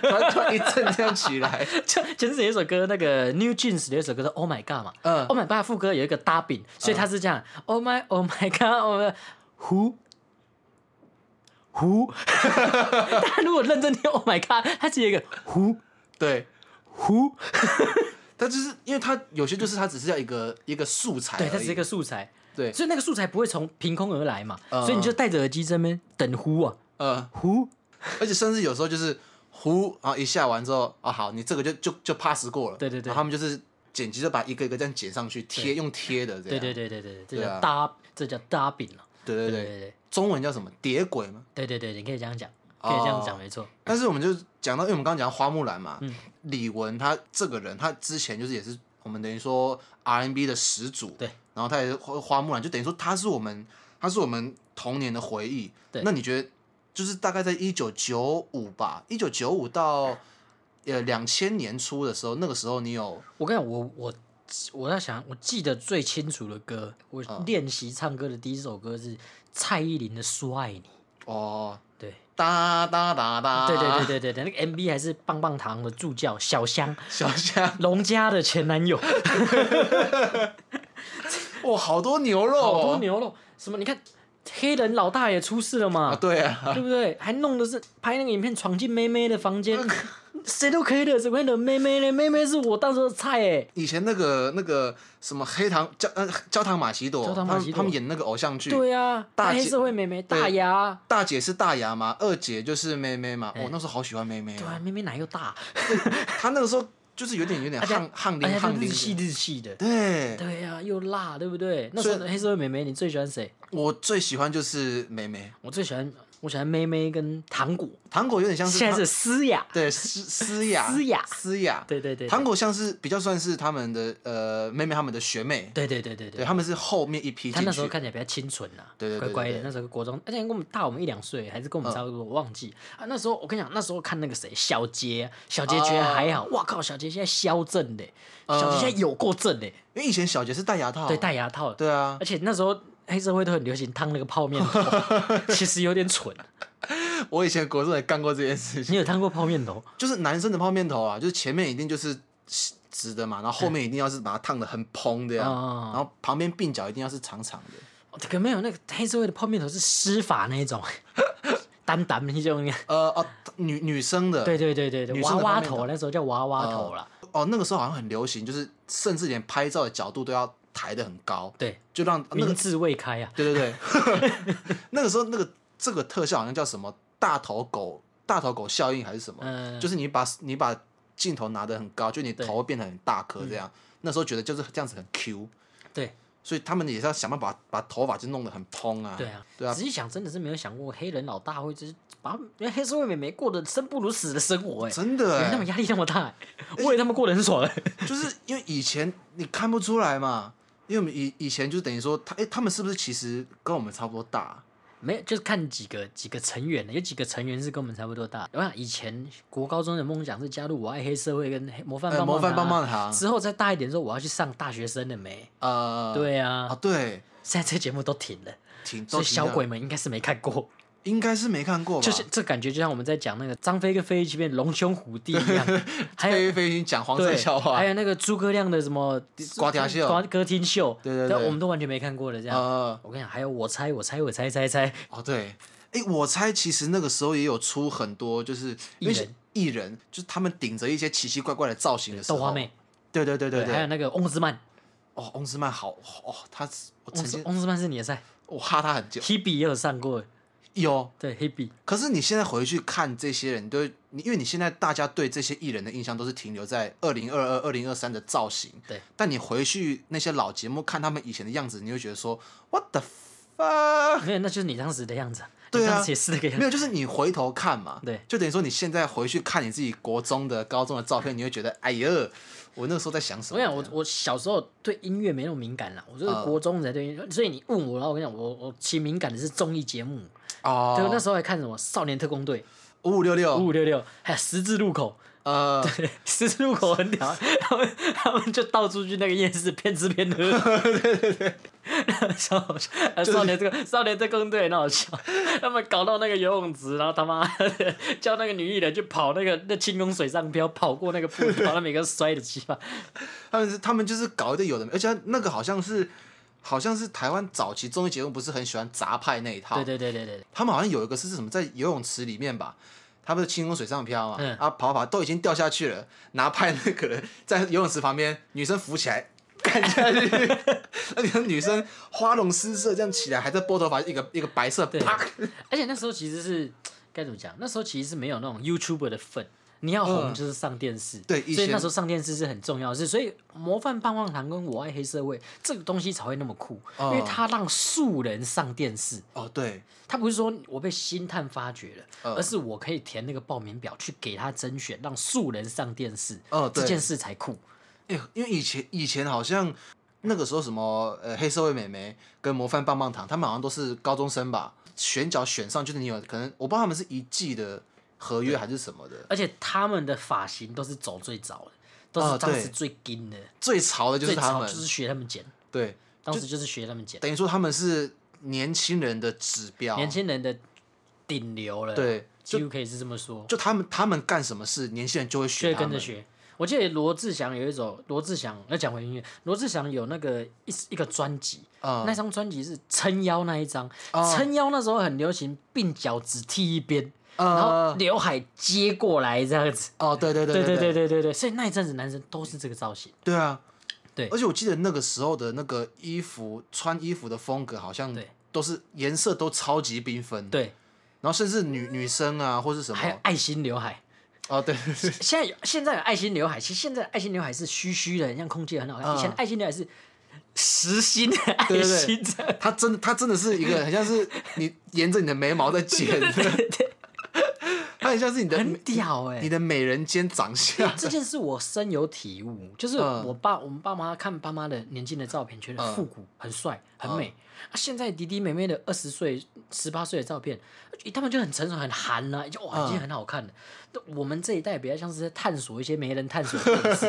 [SPEAKER 1] 突然突然一阵这样起 来，
[SPEAKER 2] 就前阵子有一首歌，那个 New Jeans 的有一首歌是 Oh My God 嘛
[SPEAKER 1] 嗯
[SPEAKER 2] ，Oh My God 副歌有一个搭饼，所以他是这样 Oh My Oh My God，Oh My Who。呼，大家如果认真听，Oh my god，它只有一个呼
[SPEAKER 1] 对，
[SPEAKER 2] 呼，
[SPEAKER 1] 他就是因为他有些就是他只是要一个一个素材而
[SPEAKER 2] 对，
[SPEAKER 1] 已，
[SPEAKER 2] 它只是一个素材，
[SPEAKER 1] 对，
[SPEAKER 2] 所以那个素材不会从凭空而来嘛，
[SPEAKER 1] 嗯
[SPEAKER 2] 所以你就戴着耳机这边等呼啊
[SPEAKER 1] 呃，
[SPEAKER 2] 呼，
[SPEAKER 1] 而且甚至有时候就是呼，然后一下完之后，啊好，你这个就就就 pass 过了，
[SPEAKER 2] 对对对
[SPEAKER 1] 然后他们就是剪辑就把一个一个这样剪上去，贴用贴的这
[SPEAKER 2] 对
[SPEAKER 1] 样，
[SPEAKER 2] 对对对对，这
[SPEAKER 1] 对
[SPEAKER 2] 叫
[SPEAKER 1] 啊
[SPEAKER 2] 搭，这叫搭饼了，
[SPEAKER 1] 对对
[SPEAKER 2] 对
[SPEAKER 1] 对
[SPEAKER 2] 对
[SPEAKER 1] 中文叫什么叠轨吗？
[SPEAKER 2] 对对对，你可以这样讲，可
[SPEAKER 1] 哦
[SPEAKER 2] 以这样讲，没错，
[SPEAKER 1] 但是我们就讲到，因为我们刚刚讲到花木兰嘛，
[SPEAKER 2] 嗯
[SPEAKER 1] 李玟她这个人，她之前就是也是我们等于说 RNB 的始祖，
[SPEAKER 2] 对，
[SPEAKER 1] 然后她也是花花木兰，就等于说她是我们，她是我们童年的回忆。
[SPEAKER 2] 对
[SPEAKER 1] 那你觉得就是大概在一九九五吧，一九九五到呃两千年初的时候，那个时候你有
[SPEAKER 2] 我跟你讲，我我我在想，我记得最清楚的歌，我
[SPEAKER 1] 嗯
[SPEAKER 2] 练习唱歌的第一首歌是蔡依林的《说爱你》，
[SPEAKER 1] 哦
[SPEAKER 2] 对。
[SPEAKER 1] 哒哒哒哒，
[SPEAKER 2] 对对对，对对对，那个 MV 还是棒棒糖的助教小香，
[SPEAKER 1] 小香，
[SPEAKER 2] 龙家的前男友，
[SPEAKER 1] 哇，好多牛肉、哦，
[SPEAKER 2] 好多牛肉，什么你看，黑人老大也出事了嘛
[SPEAKER 1] 啊，，对啊，
[SPEAKER 2] 对不对？还弄的是拍那个影片闯进妹妹的房 间，谁都可以的，怎么会惹妹妹呢？妹妹是我当时的菜哎、
[SPEAKER 1] 以前那个那个什么黑糖焦呃焦糖玛奇朵，
[SPEAKER 2] 焦糖玛
[SPEAKER 1] 他
[SPEAKER 2] 奇
[SPEAKER 1] 们
[SPEAKER 2] 朵
[SPEAKER 1] 他们演那个偶像剧，
[SPEAKER 2] 对啊，
[SPEAKER 1] 大
[SPEAKER 2] 大黑
[SPEAKER 1] 姐
[SPEAKER 2] 社会妹妹
[SPEAKER 1] 对
[SPEAKER 2] 大牙，
[SPEAKER 1] 大姐是大牙哦嘛，二姐就是妹妹嘛。我、那时候好喜欢妹妹
[SPEAKER 2] 对
[SPEAKER 1] 哦、
[SPEAKER 2] 啊，妹妹奶又大，
[SPEAKER 1] 她那个时候就是有点有点
[SPEAKER 2] 而且
[SPEAKER 1] 汗汗
[SPEAKER 2] 而且
[SPEAKER 1] 淋
[SPEAKER 2] 它
[SPEAKER 1] 汗淋
[SPEAKER 2] 日系
[SPEAKER 1] 的。
[SPEAKER 2] 日系的，
[SPEAKER 1] 对，
[SPEAKER 2] 对呀、又辣，对不对？那时候的黑社会美眉，你最喜欢谁？
[SPEAKER 1] 我最喜欢就是梅梅，
[SPEAKER 2] 我最喜欢我喜欢妹妹跟糖果，
[SPEAKER 1] 糖果有点像是
[SPEAKER 2] 现在是
[SPEAKER 1] 他
[SPEAKER 2] 思雅，
[SPEAKER 1] 对思思 雅
[SPEAKER 2] 思雅
[SPEAKER 1] 思雅，
[SPEAKER 2] 对对对，
[SPEAKER 1] 糖果像是比较算是他们的呃妹妹他们的学妹，
[SPEAKER 2] 对，对对对
[SPEAKER 1] 对
[SPEAKER 2] 对，
[SPEAKER 1] 他们是后面一批
[SPEAKER 2] 她
[SPEAKER 1] 进
[SPEAKER 2] 那时候
[SPEAKER 1] 去。
[SPEAKER 2] 看起来比较清纯呐、
[SPEAKER 1] 对对对
[SPEAKER 2] 乖
[SPEAKER 1] 对
[SPEAKER 2] 乖的。
[SPEAKER 1] 对嗯
[SPEAKER 2] 那时候国中，而且跟我们大我们一两岁，还是跟我们差不多，我忘记啊。那时候我跟你讲，那时候看那个谁，小杰，小杰觉得
[SPEAKER 1] 哦
[SPEAKER 2] 还好，哇靠，小杰现在消正的，
[SPEAKER 1] 嗯
[SPEAKER 2] 小杰现在有够正的，
[SPEAKER 1] 因为以前小杰是戴牙套，
[SPEAKER 2] 对，戴牙套的，
[SPEAKER 1] 哦对啊
[SPEAKER 2] 而，且那时候黑社会都很流行烫那个泡面头， 其实有点蠢。啊
[SPEAKER 1] 我以前国中也干过这件事情，
[SPEAKER 2] 你有烫过泡面头？
[SPEAKER 1] 就是男生的泡面头啊，就是前面一定就是直的嘛，然后后面一定要是把它烫的很蓬的呀，
[SPEAKER 2] 嗯
[SPEAKER 1] 然后旁边鬓角一定要是长长的。
[SPEAKER 2] 哦可没有，那个黑社会的泡面头是施法那一种，单单那种。
[SPEAKER 1] 呃哦，女女生的，
[SPEAKER 2] 对对对对对，
[SPEAKER 1] 女
[SPEAKER 2] 娃
[SPEAKER 1] 生的
[SPEAKER 2] 娃
[SPEAKER 1] 泡面
[SPEAKER 2] 头
[SPEAKER 1] 头
[SPEAKER 2] 那时候叫娃娃头啦。
[SPEAKER 1] 哦，那个时候好像很流行，就是甚至连拍照的角度都要抬得很高，
[SPEAKER 2] 对，
[SPEAKER 1] 就让啊那
[SPEAKER 2] 名
[SPEAKER 1] 个，
[SPEAKER 2] 字未开啊。
[SPEAKER 1] 对对对， 那个时候那个这个特效好像叫什么大头狗大头狗效应还是什么，
[SPEAKER 2] 嗯
[SPEAKER 1] 就是你把你把镜头拿得很高，就你
[SPEAKER 2] 对嗯
[SPEAKER 1] 头会变得很大颗这样。那时候觉得就是这样子很 Q，
[SPEAKER 2] 对
[SPEAKER 1] 所以他们也是要想办法把把头发就弄得很蓬啊。
[SPEAKER 2] 对啊，
[SPEAKER 1] 对啊
[SPEAKER 2] 仔细想，真的是没有想过黑人老大会就是把人家黑社会美眉过得生不如死的生活哎、欸。
[SPEAKER 1] 真的、哎
[SPEAKER 2] 原来他
[SPEAKER 1] 欸
[SPEAKER 2] 们，压力那么大、欸，我以为他们过得很爽、欸。
[SPEAKER 1] 就是因为以前你看不出来嘛，因为我们以以前就等于说他哎、他们是不是其实跟我们差不多大？
[SPEAKER 2] 没有，就是看几个几个成员的，有几个成员是跟我们差不多大。我想以前国高中的梦想是加入我爱黑社会跟黑模范
[SPEAKER 1] 呃，
[SPEAKER 2] 棒
[SPEAKER 1] 模范
[SPEAKER 2] 棒
[SPEAKER 1] 棒
[SPEAKER 2] 糖啊
[SPEAKER 1] 棒糖，
[SPEAKER 2] 之后再大一点之后，我要去上大学生了没？
[SPEAKER 1] 呃，
[SPEAKER 2] 对啊
[SPEAKER 1] 啊，，对，
[SPEAKER 2] 现在这节目都停了，
[SPEAKER 1] 挺都
[SPEAKER 2] 所以
[SPEAKER 1] 挺
[SPEAKER 2] 小
[SPEAKER 1] 像
[SPEAKER 2] 鬼们应该是没看过。
[SPEAKER 1] 应该是没看过吧？
[SPEAKER 2] 就是这感觉，就像我们在讲那个张飞跟飞机变龙兄虎弟 一样，还有
[SPEAKER 1] 飞飞已经讲黄色
[SPEAKER 2] 对，
[SPEAKER 1] 笑话
[SPEAKER 2] 还，有那个诸葛亮的 什么
[SPEAKER 1] 瓜田秀
[SPEAKER 2] 瓜歌厅秀，
[SPEAKER 1] 对对对
[SPEAKER 2] 但我们都完全没看过的这样。
[SPEAKER 1] 呃，
[SPEAKER 2] 我跟你讲，还有我猜我猜我猜猜猜，
[SPEAKER 1] 哦对，哎，我猜其实那个时候也有出很多就是因为
[SPEAKER 2] 艺
[SPEAKER 1] 是
[SPEAKER 2] 人
[SPEAKER 1] 艺人，就是他们顶着一些奇奇怪怪的造型的时
[SPEAKER 2] 豆
[SPEAKER 1] 候，
[SPEAKER 2] 花妹，
[SPEAKER 1] 对对哦对对
[SPEAKER 2] 还有
[SPEAKER 1] 对，
[SPEAKER 2] 那个翁之曼，
[SPEAKER 1] 哦，翁之曼好哦，他是我
[SPEAKER 2] 翁
[SPEAKER 1] 曾
[SPEAKER 2] 之
[SPEAKER 1] 经
[SPEAKER 2] 翁之曼是你的菜
[SPEAKER 1] 我哈他很久，
[SPEAKER 2] ，Hebe 也有上过，
[SPEAKER 1] 有。
[SPEAKER 2] 对 Hebe，
[SPEAKER 1] 可是你现在回去看这些人，都你因为你现在大家对这些艺人的印象都是停留在二零二二、二零二三的造型，
[SPEAKER 2] 对。
[SPEAKER 1] 但你回去那些老节目看他们以前的样子，你会觉得说 What the fuck？
[SPEAKER 2] 没有，那就是你当时的样子，
[SPEAKER 1] 对啊
[SPEAKER 2] 你当时也是那个样
[SPEAKER 1] 没
[SPEAKER 2] 子，
[SPEAKER 1] 有，就是你回头看嘛，
[SPEAKER 2] 对
[SPEAKER 1] 就等于说你现在回去看你自己国中的、高中的照片，你会觉得，哎呀，我那个时候在想什
[SPEAKER 2] 我
[SPEAKER 1] 么？
[SPEAKER 2] 跟你讲，我我小时候对音乐没那么敏感啦，我就是
[SPEAKER 1] 嗯
[SPEAKER 2] 国中才对音乐，所以你问我，然后我跟你讲，我我其实敏感的是综艺节目，
[SPEAKER 1] 哦，
[SPEAKER 2] 对，那时候还看什么《少年特工队》
[SPEAKER 1] 五五六
[SPEAKER 2] 五
[SPEAKER 1] 六，
[SPEAKER 2] 五六六，还有十字路口，
[SPEAKER 1] 呃，
[SPEAKER 2] 十字路口很 屌，他们他们就到处去那个夜市边吃边喝， 对对对，超好笑。呃少年这个少年特工队很好笑，他们搞到那个游泳池，然后他妈 的叫那个女艺人去跑那个那轻功水上漂，跑过那个步 道，他每个摔的鸡巴。
[SPEAKER 1] 他们是他们就是搞一堆有的没，而且那个好像是好像是台湾早期综艺节目不是很喜欢杂派那一套，
[SPEAKER 2] 对对对对对，
[SPEAKER 1] 他们好像有一个是什么在游泳池里面吧，他们的轻功水上漂嘛，
[SPEAKER 2] 嗯
[SPEAKER 1] 啊跑跑都已经掉下去了，拿拍那个人在游泳池旁边，女生浮起来。干下 去，那你看女生花容失色这样起来，还在拨头发，一个一个白色，
[SPEAKER 2] 对
[SPEAKER 1] 啪！
[SPEAKER 2] 而且那时候其实是该怎么讲？那时候其实是没有那种 YouTuber 的份，你要红
[SPEAKER 1] 嗯
[SPEAKER 2] 就是上电视，
[SPEAKER 1] 对以
[SPEAKER 2] 所以那
[SPEAKER 1] 前
[SPEAKER 2] 时候上电视是很重要的事。所以《模范棒棒糖》跟《我爱黑社会》这个东西才会那么酷，因
[SPEAKER 1] 嗯
[SPEAKER 2] 为它让素人上电视，
[SPEAKER 1] 哦，对，
[SPEAKER 2] 它不是说我被星探发掘了，
[SPEAKER 1] 嗯
[SPEAKER 2] 而是我可以填那个报名表去给他甄选，让素人上电视，
[SPEAKER 1] 哦
[SPEAKER 2] 这
[SPEAKER 1] 对
[SPEAKER 2] 件事才酷。
[SPEAKER 1] 哎、因为以前以前好像那个时候什么呃黑社会美眉跟模范棒棒糖，他们好像都是高中生吧，选角选上就是你有可能，我不知道他们是一季的合约还是什么的，
[SPEAKER 2] 而且他们的发型都是走最早的，都是
[SPEAKER 1] 哦
[SPEAKER 2] 当
[SPEAKER 1] 对
[SPEAKER 2] 时最金的，
[SPEAKER 1] 最潮的就是
[SPEAKER 2] 最
[SPEAKER 1] 他
[SPEAKER 2] 早
[SPEAKER 1] 们，
[SPEAKER 2] 就是学他们剪，
[SPEAKER 1] 对，
[SPEAKER 2] 当时就是学他们剪。
[SPEAKER 1] 等于说他们是年轻人的指标，
[SPEAKER 2] 年轻人的顶流了，，
[SPEAKER 1] 对，
[SPEAKER 2] 几乎可以是这么说，
[SPEAKER 1] 就他们他们干什么事，年轻人就会
[SPEAKER 2] 就
[SPEAKER 1] 学
[SPEAKER 2] 会
[SPEAKER 1] 他
[SPEAKER 2] 跟着
[SPEAKER 1] 们。
[SPEAKER 2] 学。我记得罗志祥有一首，罗志祥要讲回音乐，罗志祥有那个一一个专辑，
[SPEAKER 1] 嗯
[SPEAKER 2] 那张专辑是撑腰那一张，
[SPEAKER 1] 哦
[SPEAKER 2] 撑腰那时候很流行，鬓角只剃一边，然后
[SPEAKER 1] 呃，
[SPEAKER 2] 刘海接过来这样子，
[SPEAKER 1] 哦，对对对
[SPEAKER 2] 对对
[SPEAKER 1] 对
[SPEAKER 2] 对
[SPEAKER 1] 对
[SPEAKER 2] 对对对，所以那一阵子男生都是这个造型，
[SPEAKER 1] 对啊！
[SPEAKER 2] 对
[SPEAKER 1] 而且我记得那个时候的那个衣服穿衣服的风格好像
[SPEAKER 2] 对
[SPEAKER 1] 都是颜色都超级缤纷，
[SPEAKER 2] 对，
[SPEAKER 1] 然后甚至女女生啊或是什
[SPEAKER 2] 还有
[SPEAKER 1] 么
[SPEAKER 2] 爱心刘海，
[SPEAKER 1] 哦， 对，
[SPEAKER 2] 现在有现在有爱心刘海，其实现在的爱心刘海是虚虚的，很像空气很好看。以前的
[SPEAKER 1] 嗯
[SPEAKER 2] 爱心刘海是实心的爱
[SPEAKER 1] 对对
[SPEAKER 2] 心这样
[SPEAKER 1] 它真它真的是一 个很像是你沿着你的眉毛在剪， 它很像是你的
[SPEAKER 2] 很屌哎、
[SPEAKER 1] 你的美人尖长相。
[SPEAKER 2] 这件事我深有体悟，就是
[SPEAKER 1] 嗯
[SPEAKER 2] 我爸、我们爸妈看爸妈的年轻的照片，觉得
[SPEAKER 1] 嗯
[SPEAKER 2] 复古、很帅、很美。啊，现在弟弟妹妹的二十岁、十八岁的照片，他们就很成熟、很韩了、已就哇，
[SPEAKER 1] 嗯
[SPEAKER 2] 已经很好看了。那我们这一代比较像是在探索一些没人探索的 东西，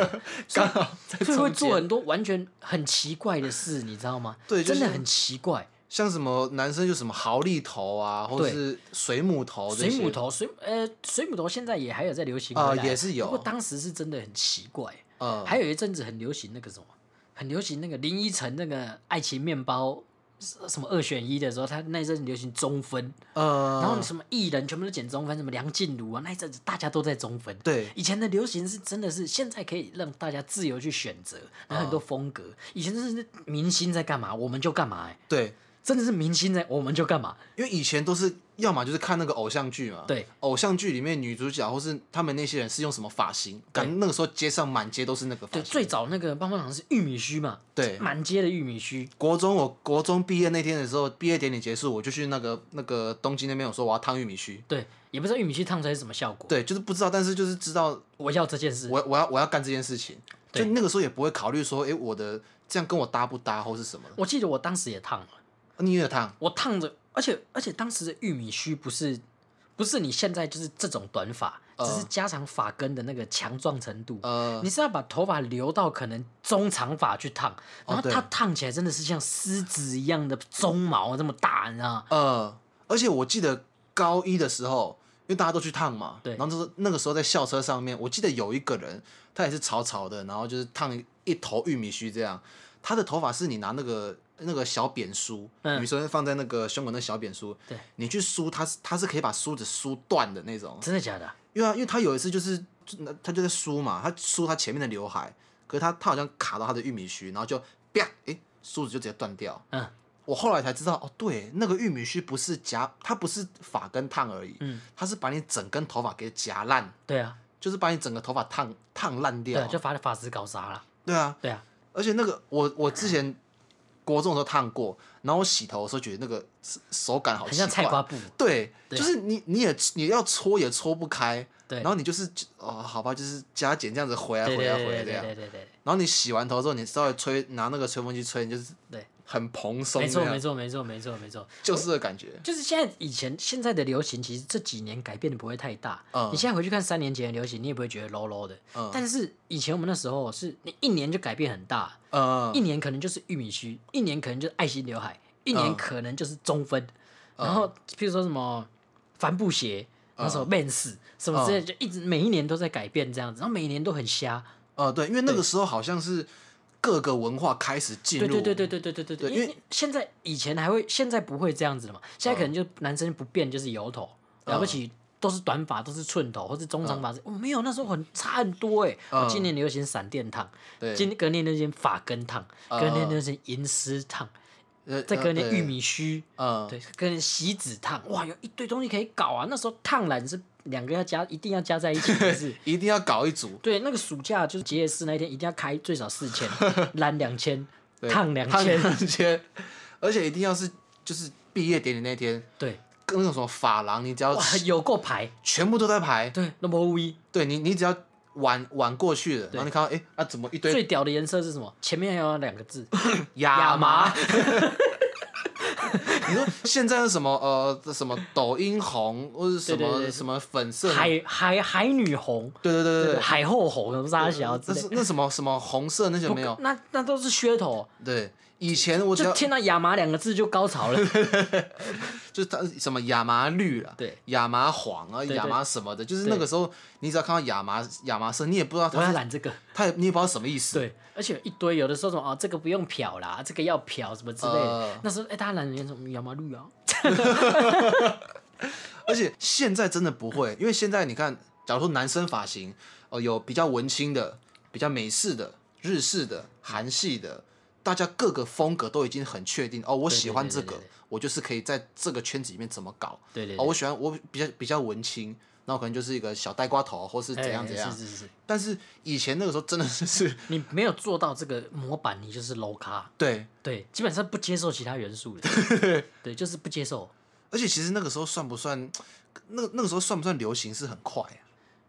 [SPEAKER 1] 刚好在
[SPEAKER 2] 所以会
[SPEAKER 1] 中
[SPEAKER 2] 做
[SPEAKER 1] 间，
[SPEAKER 2] 很多完全很奇怪的事，你知道吗？
[SPEAKER 1] 对就
[SPEAKER 2] 真
[SPEAKER 1] 是
[SPEAKER 2] 的很奇怪。
[SPEAKER 1] 像什么男生就什么豪利头啊，或
[SPEAKER 2] 对
[SPEAKER 1] 是水母头这
[SPEAKER 2] 水
[SPEAKER 1] 些，
[SPEAKER 2] 母头，水呃，水母头现在也还有在流行
[SPEAKER 1] 啊
[SPEAKER 2] 回来
[SPEAKER 1] 也是有
[SPEAKER 2] 不过当时是真的很奇怪。
[SPEAKER 1] 嗯，
[SPEAKER 2] 还有一阵子很流行那个什么，很流行那个林依晨那个爱情面包是什么二选一的时候，他那一阵子流行中分，
[SPEAKER 1] 呃，
[SPEAKER 2] 然后什么艺人全部都剪中分，什么梁静茹啊，那一阵子大家都在中分。
[SPEAKER 1] 对
[SPEAKER 2] 以前的流行是真的是现在可以让大家自由去选择，然后很多
[SPEAKER 1] 嗯
[SPEAKER 2] 风格。以前真的是明星在干嘛我们就干嘛、欸，
[SPEAKER 1] 对，
[SPEAKER 2] 真的是明星在我们就干嘛。
[SPEAKER 1] 因为以前都是要么就是看那个偶像剧嘛，
[SPEAKER 2] 对，
[SPEAKER 1] 偶像剧里面女主角或是他们那些人是用什么发型，感觉那个时候街上满街都是那个发
[SPEAKER 2] 对，
[SPEAKER 1] 型。
[SPEAKER 2] 最早那个棒棒糖是玉米须嘛，
[SPEAKER 1] 对
[SPEAKER 2] 满街的玉米须，
[SPEAKER 1] 国中我国中毕业那天的时候，毕业典礼结束，我就去那个那个东京那边，我说我要烫玉米须，
[SPEAKER 2] 对，也不知道玉米须烫出来是什么效果。，
[SPEAKER 1] 对，就是不知道，但是就是知道
[SPEAKER 2] 我要这件事。
[SPEAKER 1] 我我要我要干这件事情，
[SPEAKER 2] 对
[SPEAKER 1] 就那个时候也不会考虑说，哎、我的这样跟我搭不搭或是什么的。啊
[SPEAKER 2] 我记得我当时也烫了，
[SPEAKER 1] 你也有烫，
[SPEAKER 2] 我烫着，而且而且当时的玉米须不是不是你现在就是这种短发，
[SPEAKER 1] 呃
[SPEAKER 2] 只是加长发根的那个强壮程度。
[SPEAKER 1] 呃，
[SPEAKER 2] 你是要把头发留到可能中长发去烫，然后
[SPEAKER 1] 对
[SPEAKER 2] 它烫起来真的是像狮子一样的鬃毛这么大，你知道吗？
[SPEAKER 1] 呃，而且我记得高一的时候，因为大家都去烫嘛，
[SPEAKER 2] 对
[SPEAKER 1] 然后就是那个时候在校车上面，我记得有一个人，他也是潮潮的，然后就是烫一一头玉米须这样，他的头发是你拿那个那个小扁梳，
[SPEAKER 2] 嗯
[SPEAKER 1] 女生放在那个胸口那小扁梳，
[SPEAKER 2] 对，
[SPEAKER 1] 你去梳，他是他是可以把梳子梳断的那种，
[SPEAKER 2] 真的假的啊？
[SPEAKER 1] 因为啊，因为他有一次就是就那他就在梳嘛，他梳他前面的刘海，可是他他好像卡到他的玉米须，然后就啪，诶，梳子就直接断掉。
[SPEAKER 2] 嗯，
[SPEAKER 1] 我后来才知道，哦，对，那个玉米须不是夹，它不是发根烫而已，
[SPEAKER 2] 嗯，
[SPEAKER 1] 它是把你整根头发给夹烂，
[SPEAKER 2] 对啊，
[SPEAKER 1] 就是把你整个头发烫烫烂
[SPEAKER 2] 对
[SPEAKER 1] 掉。
[SPEAKER 2] 啊，就把发丝搞砸了。
[SPEAKER 1] 对啊，
[SPEAKER 2] 对啊，
[SPEAKER 1] 而且那个我我之前国中的时候烫过，然后我洗头的时候觉得那个手手感好
[SPEAKER 2] 很
[SPEAKER 1] 奇怪，
[SPEAKER 2] 像菜瓜布。
[SPEAKER 1] 对，
[SPEAKER 2] 对
[SPEAKER 1] 就是你你也你要搓也搓不开，
[SPEAKER 2] 对
[SPEAKER 1] 然后你就是哦，好吧，就是加减这样子回 来
[SPEAKER 2] 对
[SPEAKER 1] 回
[SPEAKER 2] 对
[SPEAKER 1] 来
[SPEAKER 2] 对
[SPEAKER 1] 回来这
[SPEAKER 2] 对对
[SPEAKER 1] 样，
[SPEAKER 2] 对对对
[SPEAKER 1] 然后你洗完头之后，你稍微吹拿那个吹风机吹，你就是
[SPEAKER 2] 对，
[SPEAKER 1] 很蓬松，
[SPEAKER 2] 没错没，错没错没错没错。
[SPEAKER 1] 就是这个感觉，
[SPEAKER 2] 就是现在以前现在的流行，其实这几年改变的不会太大。
[SPEAKER 1] 嗯
[SPEAKER 2] 你现在回去看三年前的流行，你也不会觉得 low low 的。
[SPEAKER 1] 嗯
[SPEAKER 2] 但是以前我们那时候是你一年就改变很大，
[SPEAKER 1] 嗯
[SPEAKER 2] 一年可能就是玉米须，一年可能就是爱心刘海，一年
[SPEAKER 1] 嗯
[SPEAKER 2] 可能就是中分，然后譬如说什么帆布鞋，然后什么
[SPEAKER 1] 嗯
[SPEAKER 2] Vans 什么之类的，就一直每一年都在改变这样子，然后每一年都很瞎。
[SPEAKER 1] 呃，对，因为那个时候好像是各个文化开始进
[SPEAKER 2] 对
[SPEAKER 1] 入，
[SPEAKER 2] 对对对对对对对
[SPEAKER 1] 对
[SPEAKER 2] 因
[SPEAKER 1] 因嗯
[SPEAKER 2] 为现在以前还会，现在不会这样子了嘛，现在可能就男生不变就是油头，了不起都是短发，都是寸头或是中长发，我、没有那时候很差很多哎、我
[SPEAKER 1] 嗯
[SPEAKER 2] 今年流行闪电烫，
[SPEAKER 1] 对
[SPEAKER 2] 今隔年流行发根烫，
[SPEAKER 1] 嗯
[SPEAKER 2] 隔年流行银丝烫，
[SPEAKER 1] 呃，
[SPEAKER 2] 再隔年
[SPEAKER 1] 呃
[SPEAKER 2] 玉，米须，
[SPEAKER 1] 呃，。
[SPEAKER 2] 对，隔年锡纸烫，哇，有一堆东西可以搞啊！那时候烫染是两个要加，一定要加在一起，就是
[SPEAKER 1] 一定要搞一组，
[SPEAKER 2] 对，那个暑假就是结业式那一天，一定要开最少四 千，染两千，
[SPEAKER 1] 对
[SPEAKER 2] 烫两千，
[SPEAKER 1] 烫两千，而且一定要是就是毕业典礼那天，
[SPEAKER 2] 对，
[SPEAKER 1] 跟那种什么发廊，你只要
[SPEAKER 2] 哇， 有够排，
[SPEAKER 1] 全部都在排，
[SPEAKER 2] 对，Number V
[SPEAKER 1] 对你，你只要晚晚过去了，然后你看到，哎、啊，怎么一堆
[SPEAKER 2] 最屌的颜色是什么？前面还有两个字，
[SPEAKER 1] 亚
[SPEAKER 2] 亚麻，
[SPEAKER 1] 你说现在是什么呃这什么抖音红，或者什么
[SPEAKER 2] 对对对对
[SPEAKER 1] 什么粉色，
[SPEAKER 2] 海海海女红，
[SPEAKER 1] 对对对
[SPEAKER 2] 对
[SPEAKER 1] 对
[SPEAKER 2] 对，海后红，什么沙小之
[SPEAKER 1] 那
[SPEAKER 2] 类
[SPEAKER 1] 是，那什么什么红色那些
[SPEAKER 2] 不
[SPEAKER 1] 没有？
[SPEAKER 2] 那那都是噱头，哦
[SPEAKER 1] 对，以前我只
[SPEAKER 2] 就
[SPEAKER 1] 要
[SPEAKER 2] 听到亚麻两个字就 高潮了。
[SPEAKER 1] 啊就是它什么亚麻绿了，
[SPEAKER 2] 对，
[SPEAKER 1] 亚麻黄啊，
[SPEAKER 2] 对
[SPEAKER 1] 亚麻什么的，就是
[SPEAKER 2] 对
[SPEAKER 1] 那个时候你只要看到亚麻亚麻色，你也不知道
[SPEAKER 2] 我要
[SPEAKER 1] 它是，
[SPEAKER 2] 染这个，
[SPEAKER 1] 它也你也不知道什么意思。
[SPEAKER 2] 对，而且有一堆有的时候什么哦，这个不用漂啦，这个要漂什么之类的
[SPEAKER 1] 呃。
[SPEAKER 2] 那时候哎，大家染的颜色什么亚麻绿啊，
[SPEAKER 1] 而且现在真的不会，因为现在你看，假如说男生发型，哦、有比较文青的、比较美式的、日式的、韩系的，大家各个风格都已经很确定。哦，我
[SPEAKER 2] 对
[SPEAKER 1] 喜欢
[SPEAKER 2] 对对
[SPEAKER 1] 这
[SPEAKER 2] 对
[SPEAKER 1] 个
[SPEAKER 2] 对，
[SPEAKER 1] 我就是可以在这个圈子里面怎么搞。
[SPEAKER 2] 对对
[SPEAKER 1] 哦，
[SPEAKER 2] 对
[SPEAKER 1] 我喜欢我比较比较文青，那我可能就是一个小呆瓜头，啊或是怎样
[SPEAKER 2] 哎
[SPEAKER 1] 怎样。
[SPEAKER 2] 是是是，
[SPEAKER 1] 但是以前那个时候真的是是，
[SPEAKER 2] 你没有做到这个模板，你就是 low 咖，
[SPEAKER 1] 对，
[SPEAKER 2] 对，基本上不接受其他元 素的，对，就是不接受。
[SPEAKER 1] 而且其实那个时候算不算，那那个时候算不算流行是很快啊？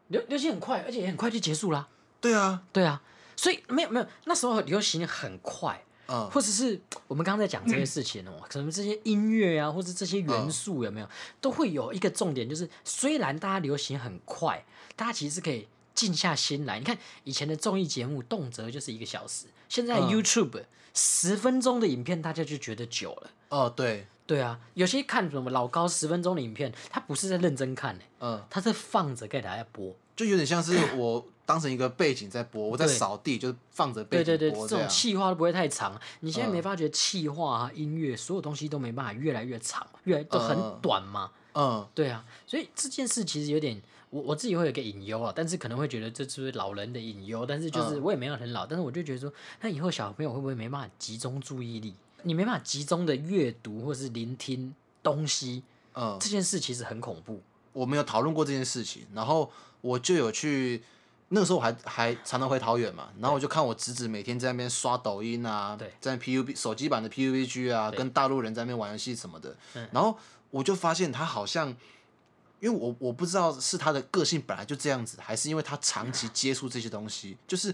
[SPEAKER 2] 流流行很快，而且也很快就结束啦。
[SPEAKER 1] 对啊，
[SPEAKER 2] 对啊，所以没有没有，那时候流行很快，
[SPEAKER 1] 嗯，
[SPEAKER 2] 或者是我们刚刚在讲这些事情哦、可能这些音乐啊，或者这些元素有没有，都会有一个重点，就是虽然大家流行很快，大家其实可以静下心来。你看以前的综艺节目动辄就是一个小时，现在
[SPEAKER 1] 嗯
[SPEAKER 2] YouTube 十、分钟的影片大家就觉得久了。
[SPEAKER 1] 哦，对，
[SPEAKER 2] 对啊，有些看什么老高十分钟的影片，他不是在认真看、欸，
[SPEAKER 1] 嗯，
[SPEAKER 2] 他在放着给大家播。
[SPEAKER 1] 就有点像是我当成一个背景在播，我在
[SPEAKER 2] 对
[SPEAKER 1] 扫地，就是放着背
[SPEAKER 2] 对
[SPEAKER 1] 景
[SPEAKER 2] 对对，
[SPEAKER 1] 播
[SPEAKER 2] 这
[SPEAKER 1] 这
[SPEAKER 2] 种
[SPEAKER 1] 样。
[SPEAKER 2] 气话都不会太长。你现在
[SPEAKER 1] 嗯
[SPEAKER 2] 没发觉气话啊、音乐所有东西都没办法越来越长，越来
[SPEAKER 1] 嗯
[SPEAKER 2] 都
[SPEAKER 1] 嗯
[SPEAKER 2] 很
[SPEAKER 1] 嗯
[SPEAKER 2] 短嘛？
[SPEAKER 1] 嗯，
[SPEAKER 2] 对啊，所以这件事其实有点，我我自己会有一个隐忧啊，但是可能会觉得这就是老人的隐忧，但是就是
[SPEAKER 1] 嗯
[SPEAKER 2] 我也没有很老，但是我就觉得说，那以后小朋友会不会没办法集中注意力？你没办法集中的阅读或是聆听东西，
[SPEAKER 1] 嗯，
[SPEAKER 2] 这件事其实很恐怖。
[SPEAKER 1] 我们有讨论过这件事情，然后我就有去，那个时候我还还常常回桃园嘛，然后我就看我侄子每天在那边刷抖音啊，
[SPEAKER 2] 对
[SPEAKER 1] 在 PUB 手机版的 PUBG 啊，
[SPEAKER 2] 对
[SPEAKER 1] 跟大陆人在那边玩游戏什么的
[SPEAKER 2] 嗯，
[SPEAKER 1] 然后我就发现他好像。因为我我不知道是他的个性本来就这样子，还是因为他长期接触这些东西，就是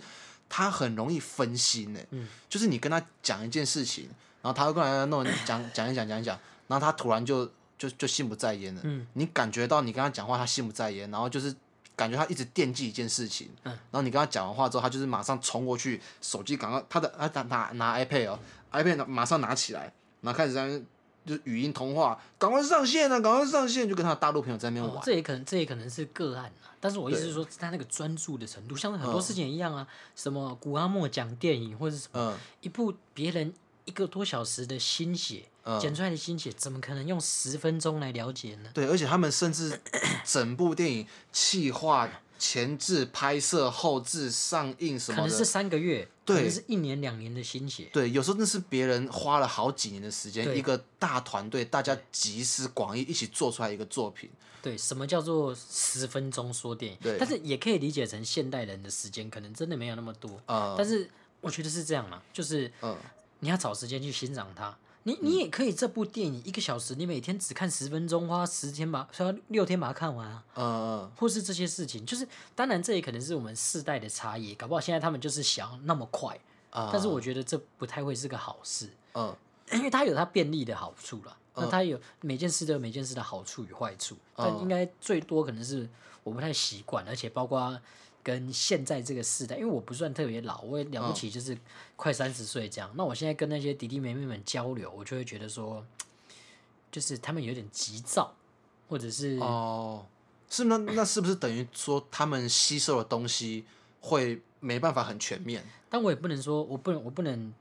[SPEAKER 1] 他很容易分心欸呢、
[SPEAKER 2] 嗯
[SPEAKER 1] 就是你跟他讲一件事情，然后他会跟来弄讲讲一讲讲一讲，然后他突然就就就心不在焉了。
[SPEAKER 2] 嗯，
[SPEAKER 1] 你感觉到你跟他讲话，他心不在焉，然后就是感觉他一直惦记一件事情。
[SPEAKER 2] 嗯，
[SPEAKER 1] 然后你跟他讲完话之后，他就是马上冲过去，手机赶快他的他拿拿拿 iPad 哦，iPad 拿马上拿起来，然后开始在那边就是语音通话，赶快上线啊，赶快上线，就跟他的大陆朋友在那边
[SPEAKER 2] 哦
[SPEAKER 1] 玩。
[SPEAKER 2] 这也可能，这也可能是个案啊。但是我意思
[SPEAKER 1] 对
[SPEAKER 2] 是说，他那个专注的程度，像是很
[SPEAKER 1] 嗯
[SPEAKER 2] 多事情一样啊，什么古阿莫讲电影或者什么，
[SPEAKER 1] 嗯
[SPEAKER 2] 一部别人一个多小时的心血、
[SPEAKER 1] 嗯，
[SPEAKER 2] 剪出来的心血，怎么可能用十分钟来了解呢？
[SPEAKER 1] 对，而且他们甚至整部电影企划、前置、拍摄、后置、上映什
[SPEAKER 2] 可
[SPEAKER 1] 么
[SPEAKER 2] 能
[SPEAKER 1] 的
[SPEAKER 2] 是，三个月，
[SPEAKER 1] 对
[SPEAKER 2] 可能是一年两年的心血。
[SPEAKER 1] 对，有时候那是别人花了好几年的时间，
[SPEAKER 2] 对
[SPEAKER 1] 一个大团队，大家集思广益，一起做出来一个作品。
[SPEAKER 2] 对，什么叫做十分钟说电影
[SPEAKER 1] 对？
[SPEAKER 2] 但是也可以理解成现代人的时间可能真的没有那么多，
[SPEAKER 1] 呃，
[SPEAKER 2] 但是我觉得是这样嘛，就是
[SPEAKER 1] 嗯，
[SPEAKER 2] 你要找时间去欣赏它。你你也可以这部电影一个小时，你每天只看十分钟，花十天把花六天把它看完啊，
[SPEAKER 1] 嗯嗯
[SPEAKER 2] 或是这些事情，就是当然这也可能是我们世代的差异，搞不好现在他们就是想要那么快，
[SPEAKER 1] 啊，
[SPEAKER 2] 但是我觉得这不太会是个好事，
[SPEAKER 1] 嗯
[SPEAKER 2] 因为它有它便利的好处啦，那它有每件事都有每件事的好处与坏处，但
[SPEAKER 1] 嗯
[SPEAKER 2] 应该最多可能是我不太习惯，而且包括跟现在这个世代，因为我不算特别老，我也了
[SPEAKER 1] 嗯
[SPEAKER 2] 不起就是快三十岁这样，那我现在跟那些弟弟妹妹们交流，我就会觉得说，就是他们有点急躁，或者是
[SPEAKER 1] 哦，是那那是不是等于说他们吸收的东西会没办法很全面？
[SPEAKER 2] 但我也不能说，我不能，我不能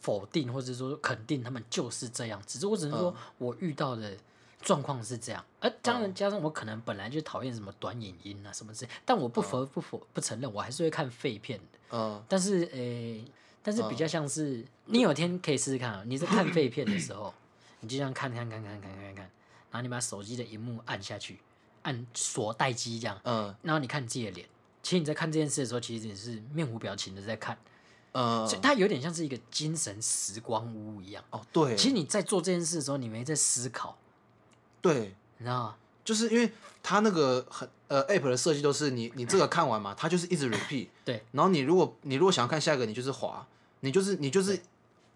[SPEAKER 2] 否定或者说肯定他们就是这样，只是我只能说我遇到的状况是这样。而当然加上我可能本来就讨厌什么短影音啊什么之类，但我不否不否不承认，我还是会看废片的。
[SPEAKER 1] 嗯
[SPEAKER 2] 但是诶、但是比较像是你有天可以试试看啊，你在看废片的时候，你就这样看看看看看看看，看，然后你把手机的荧幕按下去，按锁待机这样，
[SPEAKER 1] 嗯
[SPEAKER 2] 然后你看自己的脸。其实你在看这件事的时候，其实你是面无表情的在看，所以
[SPEAKER 1] 嗯，
[SPEAKER 2] 它有点像是一个精神时光屋一样。
[SPEAKER 1] 哦，对，
[SPEAKER 2] 其实你在做这件事的时候，你没在思考，
[SPEAKER 1] 对，
[SPEAKER 2] 你知道吗？
[SPEAKER 1] 就是因为它那个很呃 app 的设计都是你你这个看完嘛，它就是一直 repeat，
[SPEAKER 2] 对，
[SPEAKER 1] 然后你如果你如果想要看下一个，你就是滑，你就是你就是
[SPEAKER 2] 对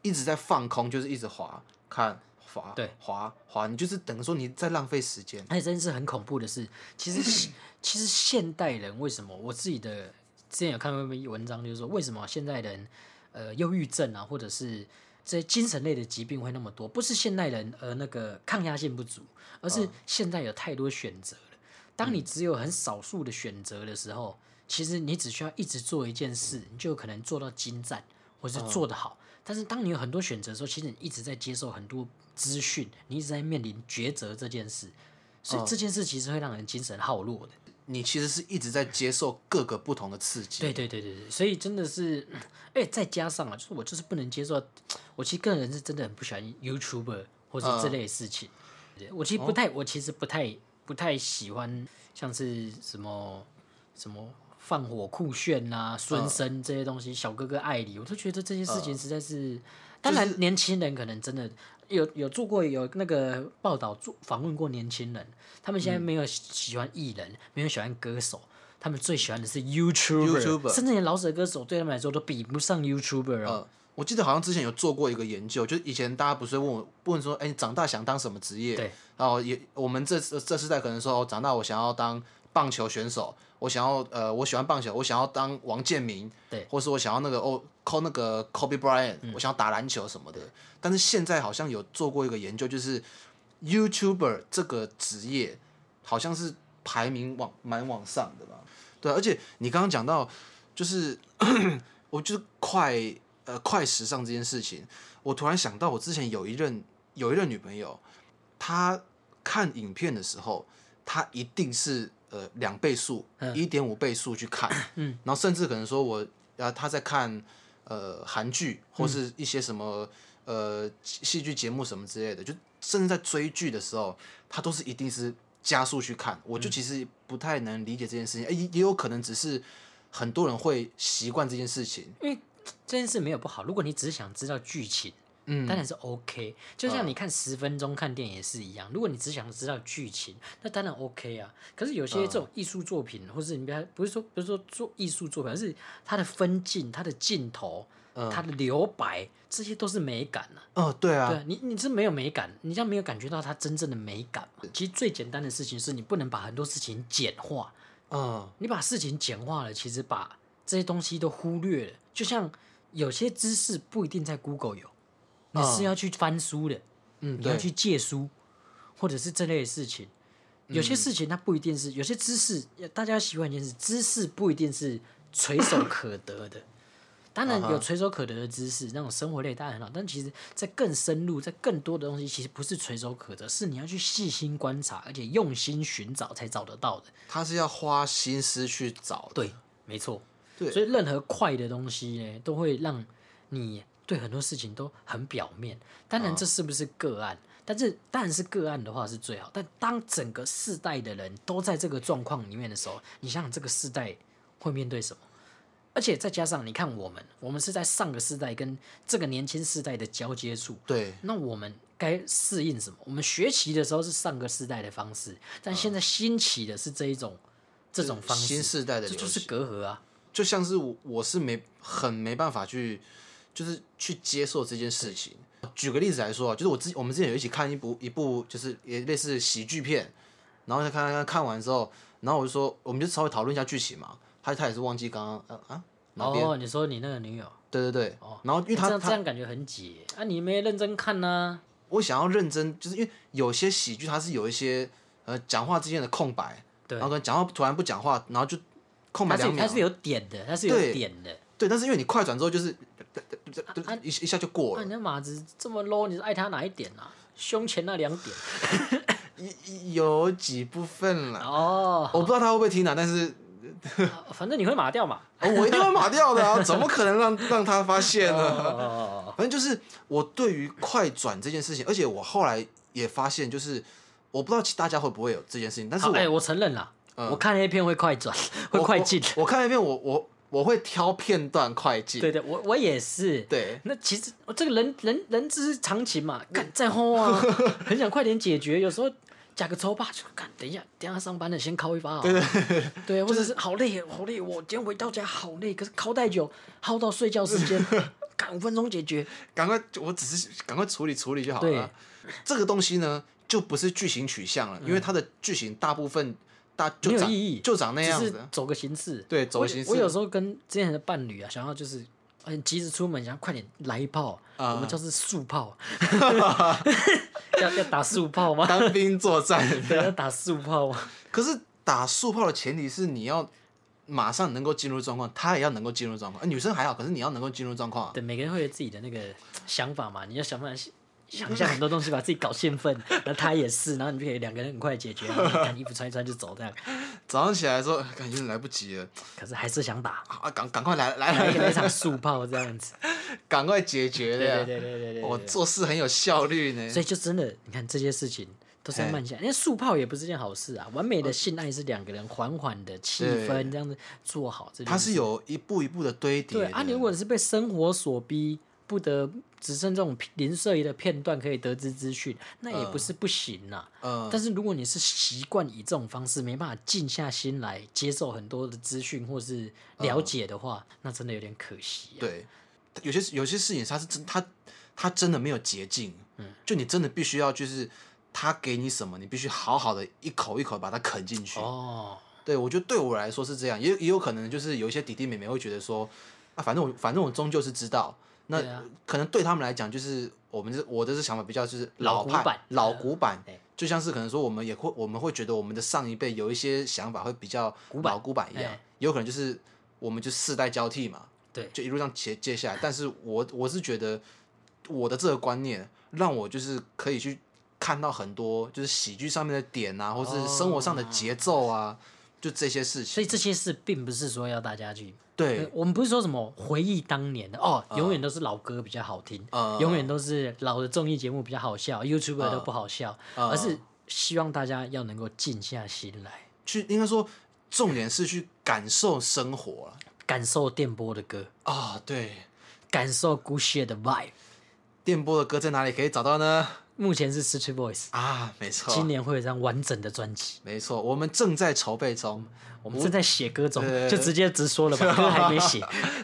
[SPEAKER 1] 一直在放空，就是一直滑看滑
[SPEAKER 2] 对
[SPEAKER 1] 滑滑，你就是等于说你在浪费时间。
[SPEAKER 2] 而且真是很恐怖的是，其实其实现代人为什么我自己的之前有看过一篇文章，就是说为什么现代人呃忧郁症啊，或者是这些精神类的疾病会那么多，不是现代人呃那个抗压性不足，而是现在有太多选择了。当你只有很少数的选择的时候，其实你只需要一直做一件事，你就有可能做到精湛，或是做得好。但是当你有很多选择的时候，其实你一直在接受很多资讯，你一直在面临抉择这件事，所以这件事其实会让人精神耗弱的。
[SPEAKER 1] 你其实是一直在接受各个不同的刺激。
[SPEAKER 2] 对对对对对，所以真的是，哎，再加上啊，就是我就是不能接受，我其实个人是真的很不喜欢 YouTuber 或者这类的事情。对我其实不太，我其实不太不不太喜欢像是什么什么放火酷炫呐、孙生这些东西，小哥哥爱你，我都觉得这些事情实在是，当然年轻人可能真的有有做过有那个报道做访问过年轻人，他们现在没有喜欢艺人，没有喜欢歌手。他们最喜欢的是 YouTuber，,
[SPEAKER 1] YouTuber
[SPEAKER 2] 甚至连老舍歌手对他们来说都比不上 YouTuber 哦。
[SPEAKER 1] 呃，我记得好像之前有做过一个研究，就是以前大家不是问我问说，哎、你长大想当什么职业？
[SPEAKER 2] 对，
[SPEAKER 1] 然后也我们这这世代可能说，哦，长大我想要当棒球选手，我想要呃，我喜欢棒球，我想要当王建民，
[SPEAKER 2] 对，嗯
[SPEAKER 1] 或是我想要那个哦，call 那个 Kobe Bryant，、我想要打篮球什么的。但是现在好像有做过一个研究，就是 YouTuber 这个职业好像是排名往蛮往上的吧？对啊，而且你刚刚讲到，就是 我就是快呃快时尚这件事情，我突然想到，我之前有一任有一任女朋友，她看影片的时候，她一定是呃两倍速、一点五倍速去看，嗯，然后甚至可能说我啊她在看呃韩剧或是一些什么、呃戏剧节目什么之类的，就甚至在追剧的时候，她都是一定是加速去
[SPEAKER 2] 嗯
[SPEAKER 1] 看，我就其实不太能理解这件事情，哎、也也有可能只是很多人会习惯这件事情，
[SPEAKER 2] 这件事没有不好，如果你只是想知道剧情，
[SPEAKER 1] 嗯，
[SPEAKER 2] 当然是 OK。就像你看十分钟看电影也是一样，如果你只想知道剧情，那当然 OK 啊。可是有
[SPEAKER 1] 嗯
[SPEAKER 2] 些这种艺术作品，或是你不要不是说不是说做艺术作品，而是它的分镜、它的镜头、它的留白，这些都是美感啊。
[SPEAKER 1] 哦、对嗯啊，
[SPEAKER 2] 对啊，你你是没有美感，你这样没有感觉到它真正的美感嘛。其实最简单的事情是你不能把很多事情简化，
[SPEAKER 1] 嗯，
[SPEAKER 2] 你把事情简化了，其实把这些东西都忽略了。就像有些知识不一定在 Google 有，你是要去翻书的，
[SPEAKER 1] 嗯
[SPEAKER 2] 你要
[SPEAKER 1] 对
[SPEAKER 2] 去借书，或者是这类的事情。
[SPEAKER 1] 嗯
[SPEAKER 2] 有些事情它不一定是，有些知识大家要习惯一件事，知识不一定是垂手可得的。当然
[SPEAKER 1] 啊哈
[SPEAKER 2] 有垂手可得的知识，那种生活类当然很好，但其实，在更深入、在更多的东西，其实不是垂手可得，是你要去细心观察，而且用心寻找才找得到的。
[SPEAKER 1] 他是要花心思去找的。
[SPEAKER 2] 对，没错。
[SPEAKER 1] 对
[SPEAKER 2] 所以任何快的东西呢，都会让你对很多事情都很表面。当
[SPEAKER 1] 哦
[SPEAKER 2] 然，这是不是个案？但是当然是个案的话是最好。但当整个世代的人都在这个状况里面的时候，你想想这个世代会面对什么？而且再加上你看我们，我们是在上个世代跟这个年轻世代的交接处，
[SPEAKER 1] 对
[SPEAKER 2] 那我们该适应什么？我们学习的时候是上个世代的方式，但现在兴起的是这一种这种方式，
[SPEAKER 1] 哦新世代的
[SPEAKER 2] 这
[SPEAKER 1] 流
[SPEAKER 2] 就是
[SPEAKER 1] 行，
[SPEAKER 2] 隔阂啊。
[SPEAKER 1] 就像是我我是没很没办法去，就是去接受这件事情。举个例子来说啊，就是我之我们之前有一起看一部一部就是也类似喜剧片，然后他看看看完之后，然后我就说我们就稍微讨论一下剧情嘛，他他也是忘记刚刚啊啊哪边、
[SPEAKER 2] 哦，你说你那个女友，
[SPEAKER 1] 对对对，然后因为
[SPEAKER 2] 这
[SPEAKER 1] 他
[SPEAKER 2] 样这
[SPEAKER 1] 他
[SPEAKER 2] 样感觉很解啊，你没认真看呐、
[SPEAKER 1] 我想要认真，就是因为有些喜剧它是有一些呃讲话之间的空白，
[SPEAKER 2] 对
[SPEAKER 1] 然后可能讲话突然不讲话，然后就空白
[SPEAKER 2] 它是
[SPEAKER 1] 两秒啊
[SPEAKER 2] 它，是有点的，它是有
[SPEAKER 1] 对
[SPEAKER 2] 点的。
[SPEAKER 1] 对，但是因为你快转之后就是，呃
[SPEAKER 2] 啊
[SPEAKER 1] 一一下就过
[SPEAKER 2] 那
[SPEAKER 1] 了
[SPEAKER 2] 你。那马子这么 low，你是爱他哪一点啊？胸前那两点
[SPEAKER 1] 有几部分啦，
[SPEAKER 2] 哦，
[SPEAKER 1] 我不知道他会不会听啦，但是
[SPEAKER 2] 啊反正你会马掉嘛。
[SPEAKER 1] 呃我一定会码掉的 啊，怎么可能让让他发现呢？
[SPEAKER 2] 哦，
[SPEAKER 1] 反正就是我对于快转这件事情，而且我后来也发现，就是我不知道大家会不会有这件事情，但是
[SPEAKER 2] 好，
[SPEAKER 1] 我、嗯
[SPEAKER 2] 哎，我承认啦，我看 A 片会快转，会
[SPEAKER 1] 我
[SPEAKER 2] 快进。
[SPEAKER 1] 我我看那片我我我会挑片段快进，
[SPEAKER 2] 对对，我我也是。
[SPEAKER 1] 对
[SPEAKER 2] 那其实我这个人人人之常情嘛，干再齁啊， 很想快点解决。有时候加个抽吧，就干等一下，等一下上班了先敲一发好了。对 对，或者是好累好累，我今天回到家好累，可是敲太久，耗到睡觉时 间，赶五分钟解决。
[SPEAKER 1] 赶快，我只是赶快处理处理就好
[SPEAKER 2] 对嗯
[SPEAKER 1] 了。这个东西呢，就不是剧情取向了，因为它的剧情大部分大就
[SPEAKER 2] 没有
[SPEAKER 1] 长
[SPEAKER 2] 意义
[SPEAKER 1] 就长那
[SPEAKER 2] 只
[SPEAKER 1] 样
[SPEAKER 2] 是
[SPEAKER 1] 子。
[SPEAKER 2] 走个形式。
[SPEAKER 1] 对走
[SPEAKER 2] 我
[SPEAKER 1] 个形式
[SPEAKER 2] 我有时候跟之前的伴侣啊，想要就是很急着出门，想要快点来一炮，
[SPEAKER 1] 啊
[SPEAKER 2] 我们叫是 速炮， 要要打速炮吗？
[SPEAKER 1] 单兵作战，
[SPEAKER 2] 对，啊要打速炮吗？
[SPEAKER 1] 可是打速炮的前提是你要马上能够进入状况，他也要能够进入状况。呃女生还好，可是你要能够进入状况啊。
[SPEAKER 2] 对，每个人会有自己的那个想法嘛，你要想办法。想一下很多东西，把自己搞 兴奋，然后他也是，然后你就可以两个人很快解决，然后你看衣服穿一穿就走这样。
[SPEAKER 1] 早上起来说，感觉来不及了，
[SPEAKER 2] 可是还是想打，
[SPEAKER 1] 啊，赶赶快来来
[SPEAKER 2] 来一个来一
[SPEAKER 1] 来，
[SPEAKER 2] 场速炮这 样子。
[SPEAKER 1] 赶快解决
[SPEAKER 2] 哎对
[SPEAKER 1] 了。
[SPEAKER 2] 对对对对对对
[SPEAKER 1] 我做事很有效率呢。
[SPEAKER 2] 所以就真的，你看这些事情，都是要慢下来，
[SPEAKER 1] 哎
[SPEAKER 2] 因为速泡也不是件好事啊。完美的性爱是两个人缓缓的气
[SPEAKER 1] 对
[SPEAKER 2] 氛这样子做好这件事，
[SPEAKER 1] 它是有一步一步的堆叠
[SPEAKER 2] 对
[SPEAKER 1] 的。
[SPEAKER 2] 啊，你如果是被生活所逼，不得只剩这种零碎的片段可以得知资讯，那也不是不行啊呐、
[SPEAKER 1] 呃，
[SPEAKER 2] 但是如果你是习惯以这种方式，没办法静下心来接受很多的资讯或是了解的话，那真的有点可惜、
[SPEAKER 1] 嗯
[SPEAKER 2] 啊。
[SPEAKER 1] 对，有些有些事情它是真，它它真的没有捷径。嗯，就你真的必须要就是他给你什么，你必须好好的一口一口把它啃进去。
[SPEAKER 2] 哦，
[SPEAKER 1] 对，我觉得对我来说是这样，也也有可能就是有一些弟弟妹妹会觉得说，啊，反正我反正我终究是知道，那、
[SPEAKER 2] 对啊
[SPEAKER 1] 可能对他们来讲就是我们这我的这想法比较就是
[SPEAKER 2] 老古
[SPEAKER 1] 派
[SPEAKER 2] 板
[SPEAKER 1] 老古板
[SPEAKER 2] 对，
[SPEAKER 1] 就像是可能说我们也会我们会觉得我们的上一辈有一些想法会比较老古板一样
[SPEAKER 2] 哎，
[SPEAKER 1] 也有可能就是我们就世代交替嘛，
[SPEAKER 2] 对
[SPEAKER 1] 就一路这样接接下来，但是我我是觉得我的这个观念让我就是可以去看到很多就是喜剧上面的点啊，或是生活上
[SPEAKER 2] 哦
[SPEAKER 1] 的节奏啊，就这些事情。
[SPEAKER 2] 所以这些事并不是说要大家去，呃
[SPEAKER 1] 对，嗯
[SPEAKER 2] 我们不是说什么回忆当年的哦，永远都是老歌比较好听，
[SPEAKER 1] 呃
[SPEAKER 2] 永远都是老的综艺节目比较好笑，YouTuber 都不好笑，
[SPEAKER 1] 嗯
[SPEAKER 2] 而是希望大家要能够静下心来
[SPEAKER 1] 去应该说重点是去感受生活了
[SPEAKER 2] 感受电波的歌，
[SPEAKER 1] 啊、对，
[SPEAKER 2] 感受 Good Shit 的 vibe。
[SPEAKER 1] 电波的歌在哪里可以找到呢？
[SPEAKER 2] 目前是 City Voice，
[SPEAKER 1] 啊，没错，
[SPEAKER 2] 今年会有一张完整的专辑。
[SPEAKER 1] 没错，我们正在筹备中，
[SPEAKER 2] 我们正在写歌中
[SPEAKER 1] 对，
[SPEAKER 2] 就直接直说 了吧，歌还没写，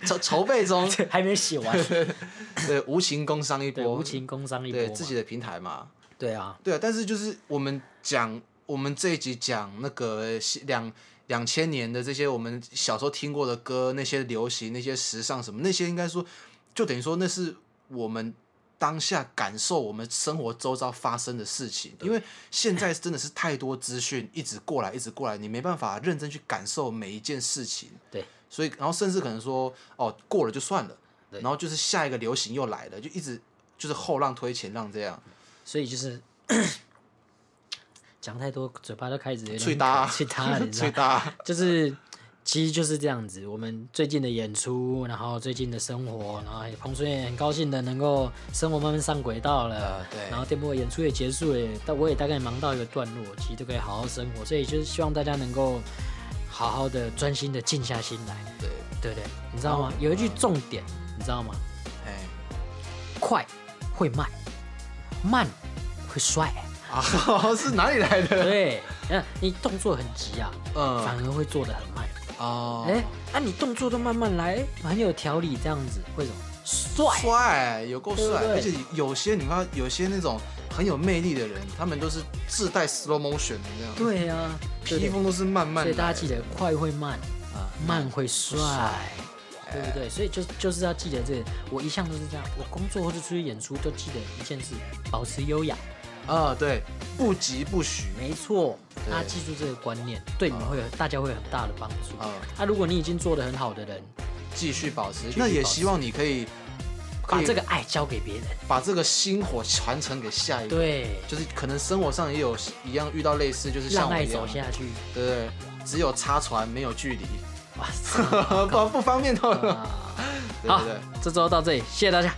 [SPEAKER 1] 筹筹备 中，
[SPEAKER 2] 还没写完，
[SPEAKER 1] 对，无情工商一
[SPEAKER 2] 对，
[SPEAKER 1] 波，
[SPEAKER 2] 无情工商一波
[SPEAKER 1] 对
[SPEAKER 2] 嘛
[SPEAKER 1] 自己的平台嘛，
[SPEAKER 2] 对啊，
[SPEAKER 1] 对啊，但是就是我们讲，我们这一集讲那个西两两千年的这些我们小时候听过的歌，那些流行、那些时尚什么，那些应该说，就等于说那是我们当下感受我们生活周遭发生的事情。因为现在真的是太多资讯一直过来，一直过来，你没办法认真去感受每一件事情。
[SPEAKER 2] 对，
[SPEAKER 1] 所以然后甚至可能说，哦，过了就算了，
[SPEAKER 2] 对
[SPEAKER 1] 然后就是下一个流行又来了，就一直就是后浪推前浪这样。
[SPEAKER 2] 所以就是 讲太多，嘴巴都开始有点
[SPEAKER 1] 脆搭
[SPEAKER 2] 脆 搭了，你知道
[SPEAKER 1] 最
[SPEAKER 2] 吗
[SPEAKER 1] 大。
[SPEAKER 2] 就是其实就是这样子。我们最近的演出，然后最近的生活，然后也彭顺也很高兴的能够生活慢慢上轨道了。
[SPEAKER 1] 呃对
[SPEAKER 2] 然后电波演出也结束了，但我也大概忙到一个段落，其实都可以好好生活。所以就是希望大家能够好好的、专心的静下心来，
[SPEAKER 1] 对，
[SPEAKER 2] 对不对？你知道吗？有一句重点，你知道吗？
[SPEAKER 1] 哎，
[SPEAKER 2] 快会慢，慢会帅。
[SPEAKER 1] 啊， 是哪里来的？
[SPEAKER 2] 对，那你动作很急啊，反
[SPEAKER 1] 嗯，
[SPEAKER 2] 而会做的很慢。
[SPEAKER 1] 哦，
[SPEAKER 2] 哎、啊，你动作都慢慢来，很有条理，这样子为什么？帅，
[SPEAKER 1] 帅，有够帅，
[SPEAKER 2] 对
[SPEAKER 1] 而
[SPEAKER 2] 不对
[SPEAKER 1] 且有些你看，有些那种很有魅力的人，他们都是自带 slow motion 的那样，
[SPEAKER 2] 对啊，对
[SPEAKER 1] 披
[SPEAKER 2] 不
[SPEAKER 1] 风都是慢慢
[SPEAKER 2] 对，所
[SPEAKER 1] 来的，
[SPEAKER 2] 以大家记嗯得快会慢，
[SPEAKER 1] 啊，
[SPEAKER 2] 慢会帅，对不
[SPEAKER 1] 哎
[SPEAKER 2] 对？所以就就是要记得这个，我一向都是这样，我工作或者出去演出都记得一件事，保持优雅。
[SPEAKER 1] 啊，对，不急不徐，
[SPEAKER 2] 没错，
[SPEAKER 1] 对
[SPEAKER 2] 大家记住这个观念，对你们会有、大家会有很大的帮助。
[SPEAKER 1] 啊，
[SPEAKER 2] 啊，如果你已经做得很好的人，
[SPEAKER 1] 继续保持
[SPEAKER 2] 续。
[SPEAKER 1] 那也
[SPEAKER 2] 保持
[SPEAKER 1] 希望你可以可
[SPEAKER 2] 把
[SPEAKER 1] 以
[SPEAKER 2] 这个爱交给别人，
[SPEAKER 1] 把这个心火传承给下一个，
[SPEAKER 2] 对，
[SPEAKER 1] 就是可能生活上也有一样遇到类似，就是像
[SPEAKER 2] 让
[SPEAKER 1] 我
[SPEAKER 2] 爱
[SPEAKER 1] 一
[SPEAKER 2] 走
[SPEAKER 1] 样，
[SPEAKER 2] 下去。
[SPEAKER 1] 对不对？只有插船没有距离，
[SPEAKER 2] 哇塞！
[SPEAKER 1] 不不方便透露。
[SPEAKER 2] 啊
[SPEAKER 1] 对
[SPEAKER 2] 好
[SPEAKER 1] 对对，
[SPEAKER 2] 这周到这里，谢谢大家，